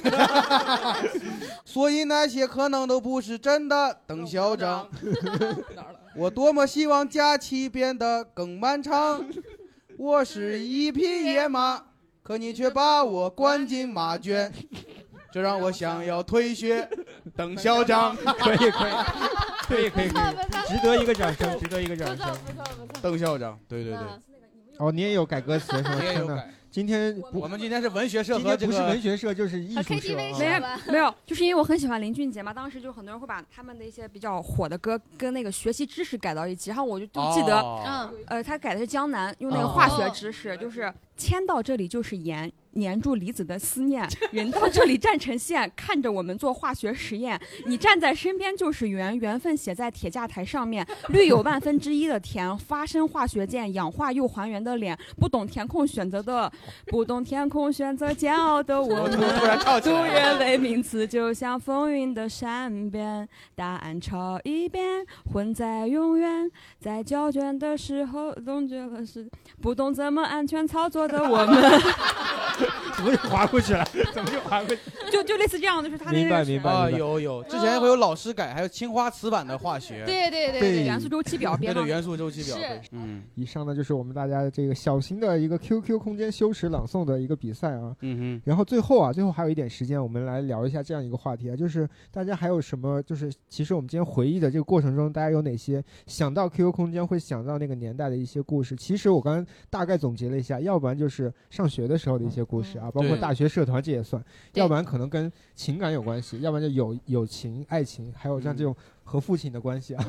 Speaker 10: <laughs>
Speaker 4: 所以那些可能都不是真的，邓校长。 <laughs> 我多么希望假期变得更漫
Speaker 10: <laughs>
Speaker 4: 长。我是一匹野马，可你却把我关进马圈，这让我想要退学。邓校长，
Speaker 3: <laughs> 可以可以可以可以，可
Speaker 6: <laughs>
Speaker 3: 以，值得一个掌声，值得一个掌声。
Speaker 4: <laughs> 邓校长，对对
Speaker 6: 嗯
Speaker 4: 对，
Speaker 3: 哦，你也有改歌词是吗？
Speaker 4: 你也有
Speaker 3: 天哪
Speaker 4: 改，
Speaker 3: 今天不
Speaker 4: 我们今天是文学社
Speaker 3: 今
Speaker 4: 和
Speaker 3: 天
Speaker 4: 这
Speaker 3: 不
Speaker 4: 个
Speaker 3: 是文学社就是艺术社啊，
Speaker 10: 没有没有，就是因为我很喜欢林俊杰嘛，当时就很多人会把他们的一些比较火的歌跟那个学习知识改到一起，然后我就就记得，
Speaker 2: 嗯
Speaker 9: 哦
Speaker 8: 嗯
Speaker 10: 呃，他改的是江南，用那
Speaker 8: 哦
Speaker 10: 个化学知识，就是铅到这里就是盐，粘住离子的思念，人到这里站成线，看着我们做化学实验，你站在身边就是缘，缘分写在铁架台上面，绿有万分之一的甜，发生化学键，氧化又还原的脸，不懂填空选择的，不懂填空选择煎熬的我们，
Speaker 4: 突然跳起来了
Speaker 10: 突然为名词，就像风云的山边，答案抄一遍，混在永远，在胶卷的时候冻结了是不懂怎么安全操作的我们，
Speaker 3: <laughs> 怎么又划过去了？ <laughs> 怎么又划过去？
Speaker 10: 就就类似这样的，就是他那
Speaker 3: 明白
Speaker 10: 个
Speaker 3: 明白
Speaker 4: 啊，
Speaker 3: 明白
Speaker 4: 有有，之前会有老师改，还有青花瓷版的化学，
Speaker 10: 对对对对对元素周期表
Speaker 4: 对
Speaker 10: 编
Speaker 4: 对
Speaker 10: 号
Speaker 4: 元素周期表，
Speaker 10: 是
Speaker 4: 对嗯，
Speaker 3: 以上呢就是我们大家这个小型的一个 QQ 空间羞耻朗诵的一个比赛啊。
Speaker 4: 嗯哼。
Speaker 3: 然后最后啊，最后还有一点时间，我们来聊一下这样一个话题啊，就是大家还有什么？就是其实我们今天回忆的这个过程中，大家有哪些想到 QQ 空间会想到那个年代的一些故事？其实我刚刚大概总结了一下，要不然就是上学的时候的一些故事啊，包括
Speaker 4: 对
Speaker 3: 大学社团这也算；
Speaker 4: 对
Speaker 3: 要不然可能跟情感有关系，要不然就友友情、爱情，还有
Speaker 4: 嗯
Speaker 3: 像这种和父亲的关系啊。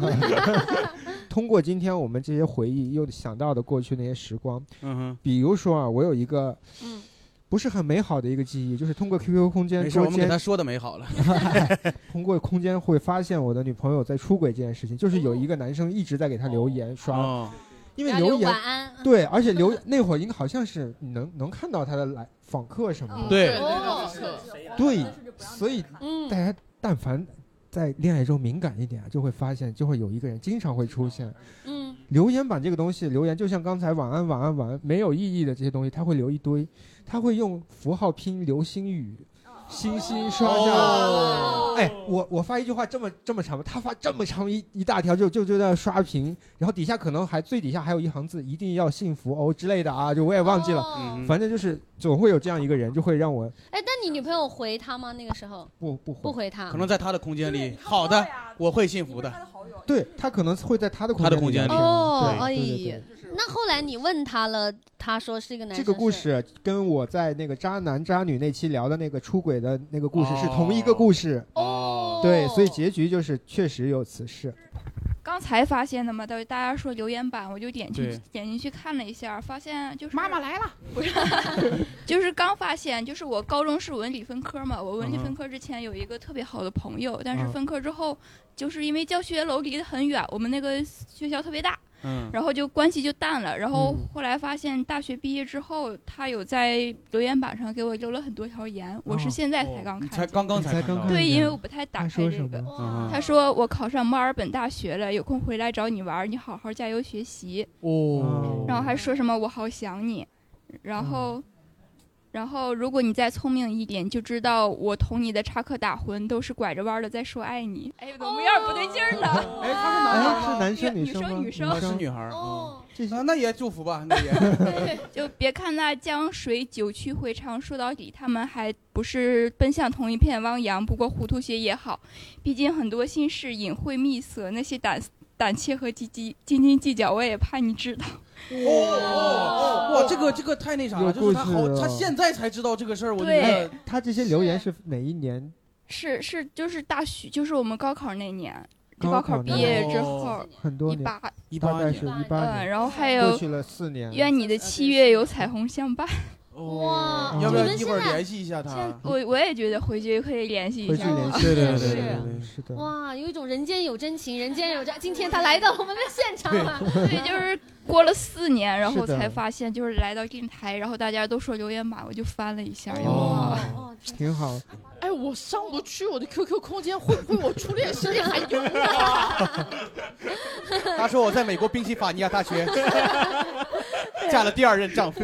Speaker 3: 通过今天我们这些回忆，又想到的过去那些时光。
Speaker 4: 嗯哼，
Speaker 3: 比如说啊，我有一个
Speaker 2: 嗯，
Speaker 3: 不是很美好的一个记忆，就是通过 QQ 空间
Speaker 4: 没事，我
Speaker 3: 捉
Speaker 4: 们给
Speaker 3: 奸
Speaker 4: 他，说的美好了。
Speaker 3: 通过空间会发现我的女朋友在出轨这件
Speaker 2: 嗯
Speaker 3: 事情，就是有一个男生一直在给她留
Speaker 4: 哦
Speaker 3: 言刷。因为
Speaker 2: 然后
Speaker 3: 留
Speaker 2: 留
Speaker 3: 言
Speaker 2: 晚安
Speaker 3: 对，而且留那会儿应该好像是你能能看到他的来访客什
Speaker 8: 嗯
Speaker 3: 么的，
Speaker 4: 对
Speaker 2: 哦嗯
Speaker 3: 对，所以大家但凡在恋爱中敏感一点啊，就会发现就会有一个人经常会出现，
Speaker 2: 嗯，
Speaker 3: 留言板这个东西，留言就像刚才晚安晚安晚安没有意义的这些东西，他会留一堆，他会用符号拼流星雨。
Speaker 2: 哦
Speaker 3: 星星刷下来，
Speaker 4: 哦
Speaker 3: 哎，我我发一句话这么这么长吗？他发这么长一一大条就就就在那刷屏，然后底下可能还最底下还有一行字，一定要
Speaker 4: 哦
Speaker 3: 幸福哦之类的啊，就我也忘记了，反正就是总会有这样一个人，就会让我
Speaker 2: <laughs> 哎，但你女朋友回他吗？那个时候
Speaker 3: 不不
Speaker 2: 不回他，
Speaker 4: 可能在他的空间里，好的，我会幸福的。
Speaker 3: 对他可能会在他的空
Speaker 4: 他
Speaker 3: 间
Speaker 4: 的空间里
Speaker 2: 哦，哎
Speaker 3: 对对对
Speaker 2: 呀，那后来你问他了，他说是一个男
Speaker 8: 哎
Speaker 3: 这
Speaker 2: 生。
Speaker 3: 个故事跟我在那个渣男渣女那期聊的那个出轨的那个故事是同一个故事。
Speaker 8: 哦
Speaker 3: 对，所以结局就是确实有此事。
Speaker 8: 刚才发现的嘛，大大家说留言板，我就点进
Speaker 3: 对
Speaker 8: 点进去看了一下，发现就是妈妈来了，不是， <laughs> 就是刚发现，就是我高中是文理分科嘛，我文理分科之前有一个特别好的朋友，但是
Speaker 20: 嗯
Speaker 8: 分科之后，就是因为教学楼离得很远，我们那个学校特别大，
Speaker 20: 嗯
Speaker 8: 然后就关系就淡了，然后
Speaker 20: 嗯
Speaker 8: 后来发现大学毕业之后，他有在留言板上给我留了很多条言，我是现在才刚看见，
Speaker 4: 哦才刚刚才看到
Speaker 8: 对，因为我不太打开这个。
Speaker 4: 嗯
Speaker 8: 他说我考上墨尔本大学了，有空回来找你玩儿，你好好加油学习。
Speaker 14: 嗯
Speaker 4: 哦
Speaker 8: 然后还说什么我好想你，然后，然后如果你再聪明一点，就知道我同你的插科打诨都是拐着弯儿的在说爱你。哎，我怎么有点不对劲儿呢？
Speaker 4: 哎，他
Speaker 8: 男孩
Speaker 3: 哎是男生女生吗？
Speaker 8: 女生女生
Speaker 4: 是女孩儿。哦，啊那也祝福吧，那也。
Speaker 8: 就别看那江水久去回肠，说到底，他们还不是奔向同一片汪洋。不过糊涂些也好，毕竟很多心事隐晦秘涩，那些胆胆怯和唧唧斤斤计较，我也怕你知道。
Speaker 4: 哦哦哇，这个这个太那啥了，
Speaker 3: 有
Speaker 4: 就是他
Speaker 3: 故
Speaker 4: 好，
Speaker 3: 事啊
Speaker 4: 他现在才知道这个事儿，我觉
Speaker 8: 对
Speaker 4: 得
Speaker 3: 哎他这些留言是哪一年？
Speaker 8: 是是，就是大学，就是我们高考那年，就
Speaker 3: 高
Speaker 8: 高考
Speaker 3: 考
Speaker 8: 毕
Speaker 3: 那
Speaker 8: 业
Speaker 3: 年
Speaker 8: 之
Speaker 3: 哦
Speaker 8: 后，
Speaker 3: 很多
Speaker 8: 一
Speaker 3: 年
Speaker 8: 八
Speaker 3: 大概是一
Speaker 4: 哦
Speaker 3: 八年。
Speaker 8: 嗯，然后还有
Speaker 3: 过去了四年。
Speaker 8: 愿你的七月有彩虹相伴。 <laughs>
Speaker 4: 哇要不要一会儿联系一下他？
Speaker 8: 我我也觉得回去可以联系一
Speaker 3: 回去
Speaker 8: 下。
Speaker 3: 联系，
Speaker 4: 对
Speaker 3: 是
Speaker 4: 对
Speaker 3: 是的。
Speaker 2: 哇，有一种人间有真情，人间有渣。今天他来到我们的现场
Speaker 3: <laughs>
Speaker 2: 了，
Speaker 8: 啊对，就是过了四年，然后
Speaker 3: 是的
Speaker 8: 才发现，就是来到电台，然后大家都说留言板，我就翻了一下，啊然后
Speaker 14: 哦
Speaker 8: <laughs>
Speaker 3: 挺好。
Speaker 6: 哦哎，我上不去我的 QQ 空间，会不会我初恋时间还用呢？
Speaker 4: 他说我在美国宾夕法尼亚大学 <laughs> 嫁了第二任丈夫，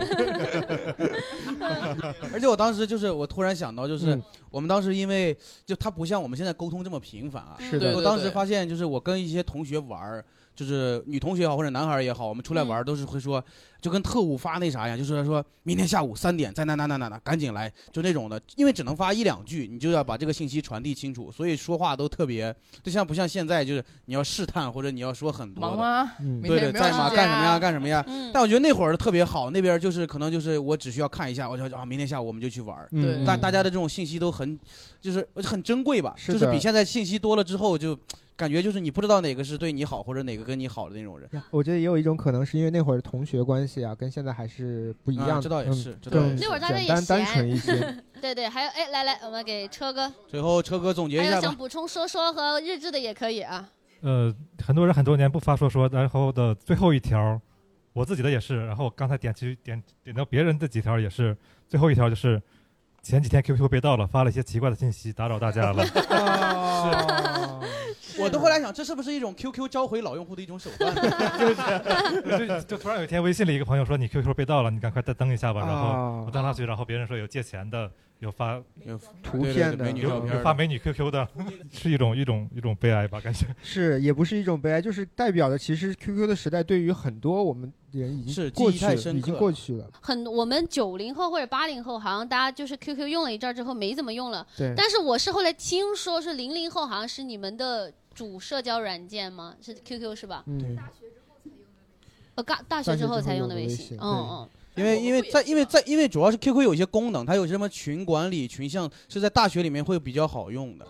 Speaker 4: 而且我当时就是我突然想到，就是
Speaker 6: 嗯
Speaker 4: 我们当时因为就他不像我们现在沟通这么频繁啊，
Speaker 3: 是的对
Speaker 4: 我
Speaker 3: 对
Speaker 4: 当时
Speaker 3: 对
Speaker 4: 发现就是我跟一些同学玩儿。就是女同学也好，或者男孩儿也好，我们出来
Speaker 6: 嗯
Speaker 4: 玩儿都是会说，就跟特务发那啥一样，就是说明天下午三点在那那那那那赶紧来，就那种的，因为只能发一两句，你就要把这个信息传递清楚，所以说话都特别，就像不像现在就是你要试探或者你要说很多的，嗯
Speaker 6: 忙啊明
Speaker 4: 对
Speaker 6: 天
Speaker 4: 对，
Speaker 6: 有没有
Speaker 4: 在吗？
Speaker 6: 时
Speaker 4: 干
Speaker 6: 间
Speaker 4: 什么
Speaker 6: 啊
Speaker 4: 呀？干什么呀？但我觉得那会儿特别好，那边就是可能就是我只需要看一下，我就啊，明天下午我们就去玩儿。
Speaker 3: 嗯对
Speaker 4: 大大家的这种信息都很，就是很珍贵吧，
Speaker 3: 是
Speaker 4: 就是
Speaker 3: 的
Speaker 4: 比现在信息多了之后就。感觉就是你不知道哪个是对你好，或者哪个跟你好的那种人。
Speaker 3: 我觉得也有一种可能，是因为那会儿同学关系啊，跟现在还是不一样的。
Speaker 4: 啊这倒也
Speaker 3: 嗯
Speaker 4: 是这倒也
Speaker 3: 更
Speaker 4: 是
Speaker 2: 那会儿大家
Speaker 3: 简
Speaker 2: 也
Speaker 3: 单
Speaker 2: 闲，
Speaker 3: 单纯一
Speaker 8: <laughs>
Speaker 3: 些。
Speaker 2: 对对，还有哎，来来，我们给车哥，
Speaker 4: 最后车哥总结
Speaker 3: 哦
Speaker 2: 还
Speaker 4: 一
Speaker 2: 有
Speaker 4: 下
Speaker 2: 想
Speaker 4: 吧，
Speaker 2: 补充说说和日志的也可以啊。
Speaker 11: 呃，很多人很多年不发说说，然后的最后一条，我自己的也是，然后刚才点去点点到别人的几条也是，最后一条就是前几天 QQ 被盗了，发了一些奇怪的信息，打扰大家
Speaker 3: <laughs>
Speaker 11: 了。
Speaker 4: <laughs> 我都后来想，这是不是一种 QQ 召回老用户的一种手
Speaker 3: <laughs>
Speaker 4: 段？ <laughs>
Speaker 11: 就就突然有一天，微信里一个朋友说你 QQ 被盗了，你赶快再登一下吧。然
Speaker 3: 哦啊
Speaker 11: 后我登上去，然后别人说有借钱的，有发
Speaker 4: 有
Speaker 3: 图片的对对对美女照
Speaker 11: 有
Speaker 3: 片的
Speaker 11: 有发美女 QQ 的， <laughs> 是一种一种一种悲哀吧，感觉。
Speaker 3: 是，也不是一种悲哀，就是代表的其实 QQ 的时代对于很多我们人已
Speaker 4: 是
Speaker 3: 经
Speaker 4: 记
Speaker 3: 过
Speaker 4: 忆
Speaker 3: 去
Speaker 4: 太深
Speaker 3: 已经
Speaker 4: 刻
Speaker 3: 过
Speaker 4: 了
Speaker 3: 去了。
Speaker 2: 很，我们九零后或者八零后，好像大家就是 QQ 用了一阵儿之后没怎么用了。
Speaker 3: 对
Speaker 2: 但是我是后来听说是零零后，好像是你们的主社交软件吗？是 QQ 是吧？
Speaker 3: 嗯。
Speaker 2: 呃，大大学之后才用的微信。嗯嗯。
Speaker 4: 因为因为在因为在因为主要是 QQ 有一些功能，它有什么群管理、群项是在大学里面会比较好用的，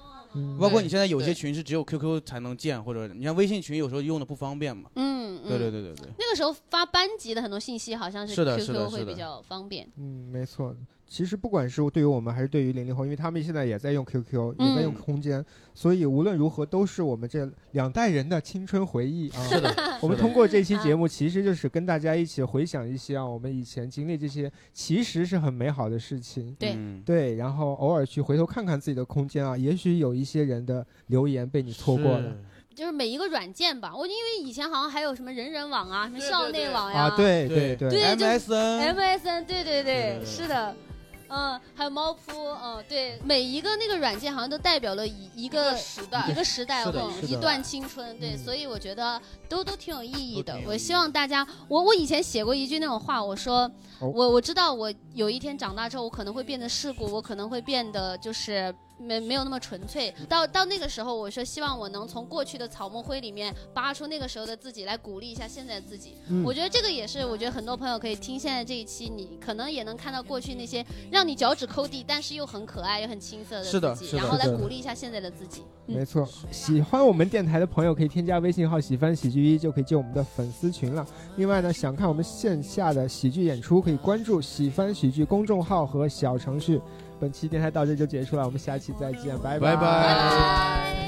Speaker 4: 包括你现在有些群是只有 QQ 才能建，或者你像微信群有时候用的不方便嘛。
Speaker 2: 嗯嗯
Speaker 4: 对对对对对。
Speaker 2: 那个时候发班级的很多信息，好像
Speaker 4: 是的是的
Speaker 2: QQ 会
Speaker 4: 是的
Speaker 2: 比较方便。
Speaker 3: 嗯，没错。其实不管是对于我们还是对于零零后，因为他们现在也在用 QQ，也在
Speaker 2: 嗯
Speaker 3: 用空间，所以无论如何都是我们这两代人的青春回忆啊。
Speaker 4: 是的
Speaker 3: <laughs> 我们
Speaker 4: 是的
Speaker 3: 通过
Speaker 2: 嗯
Speaker 3: 这期
Speaker 2: 啊
Speaker 3: 节目，其实就是跟大家一起回想一些啊，我们以前经历这些其实是很美好的事情。
Speaker 2: 对
Speaker 4: 嗯
Speaker 3: 对，然后偶尔去回头看看自己的空间啊，也许有一些人的留言被你错过了。
Speaker 2: 就是每一个软件吧，我因为以前好像还有什么人人网啊，什么校内网呀、
Speaker 3: 啊，对对
Speaker 2: 对就是
Speaker 4: MSN
Speaker 2: MSN，对对对，
Speaker 4: 对
Speaker 2: 是的，嗯，还有猫扑，嗯，对，每一个那个软件好像都代表了一一个时
Speaker 6: 代
Speaker 2: 一个时代，
Speaker 6: 是的
Speaker 2: 嗯
Speaker 6: 是的
Speaker 2: 一段青春，对，所以我觉得都都挺有意义的。我希望大家，我我以前写过一句那种话，我说，
Speaker 3: 哦
Speaker 2: 我我知道我有一天长大之后，我可能会变得世故，我可能会变得就是。没没有那么纯粹，
Speaker 3: 嗯
Speaker 2: 到到那个时候，我说希望我能从过去的草木灰里面扒出那个时候的自己，来鼓励一下现在的自己。
Speaker 17: 嗯
Speaker 2: 我觉得这个也是，我觉得很多朋友可以听现在这一期，你可能也能看到过去那些让你脚趾抠地，但是又很可爱又很青涩的
Speaker 3: 是的
Speaker 2: 自己，
Speaker 3: 是的
Speaker 2: 然后来
Speaker 3: 是的
Speaker 2: 鼓励一下现在的自己。
Speaker 3: 没错，喜欢我们电台的朋友可以添加微信号“喜欢喜剧一”，就可以进我们的粉丝群了。另外呢，想看我们线下的喜剧演出，可以关注“喜欢喜剧”公众号和小程序。本期电台到这就结束了，我们下期再见，拜
Speaker 4: 拜
Speaker 3: 拜
Speaker 4: 拜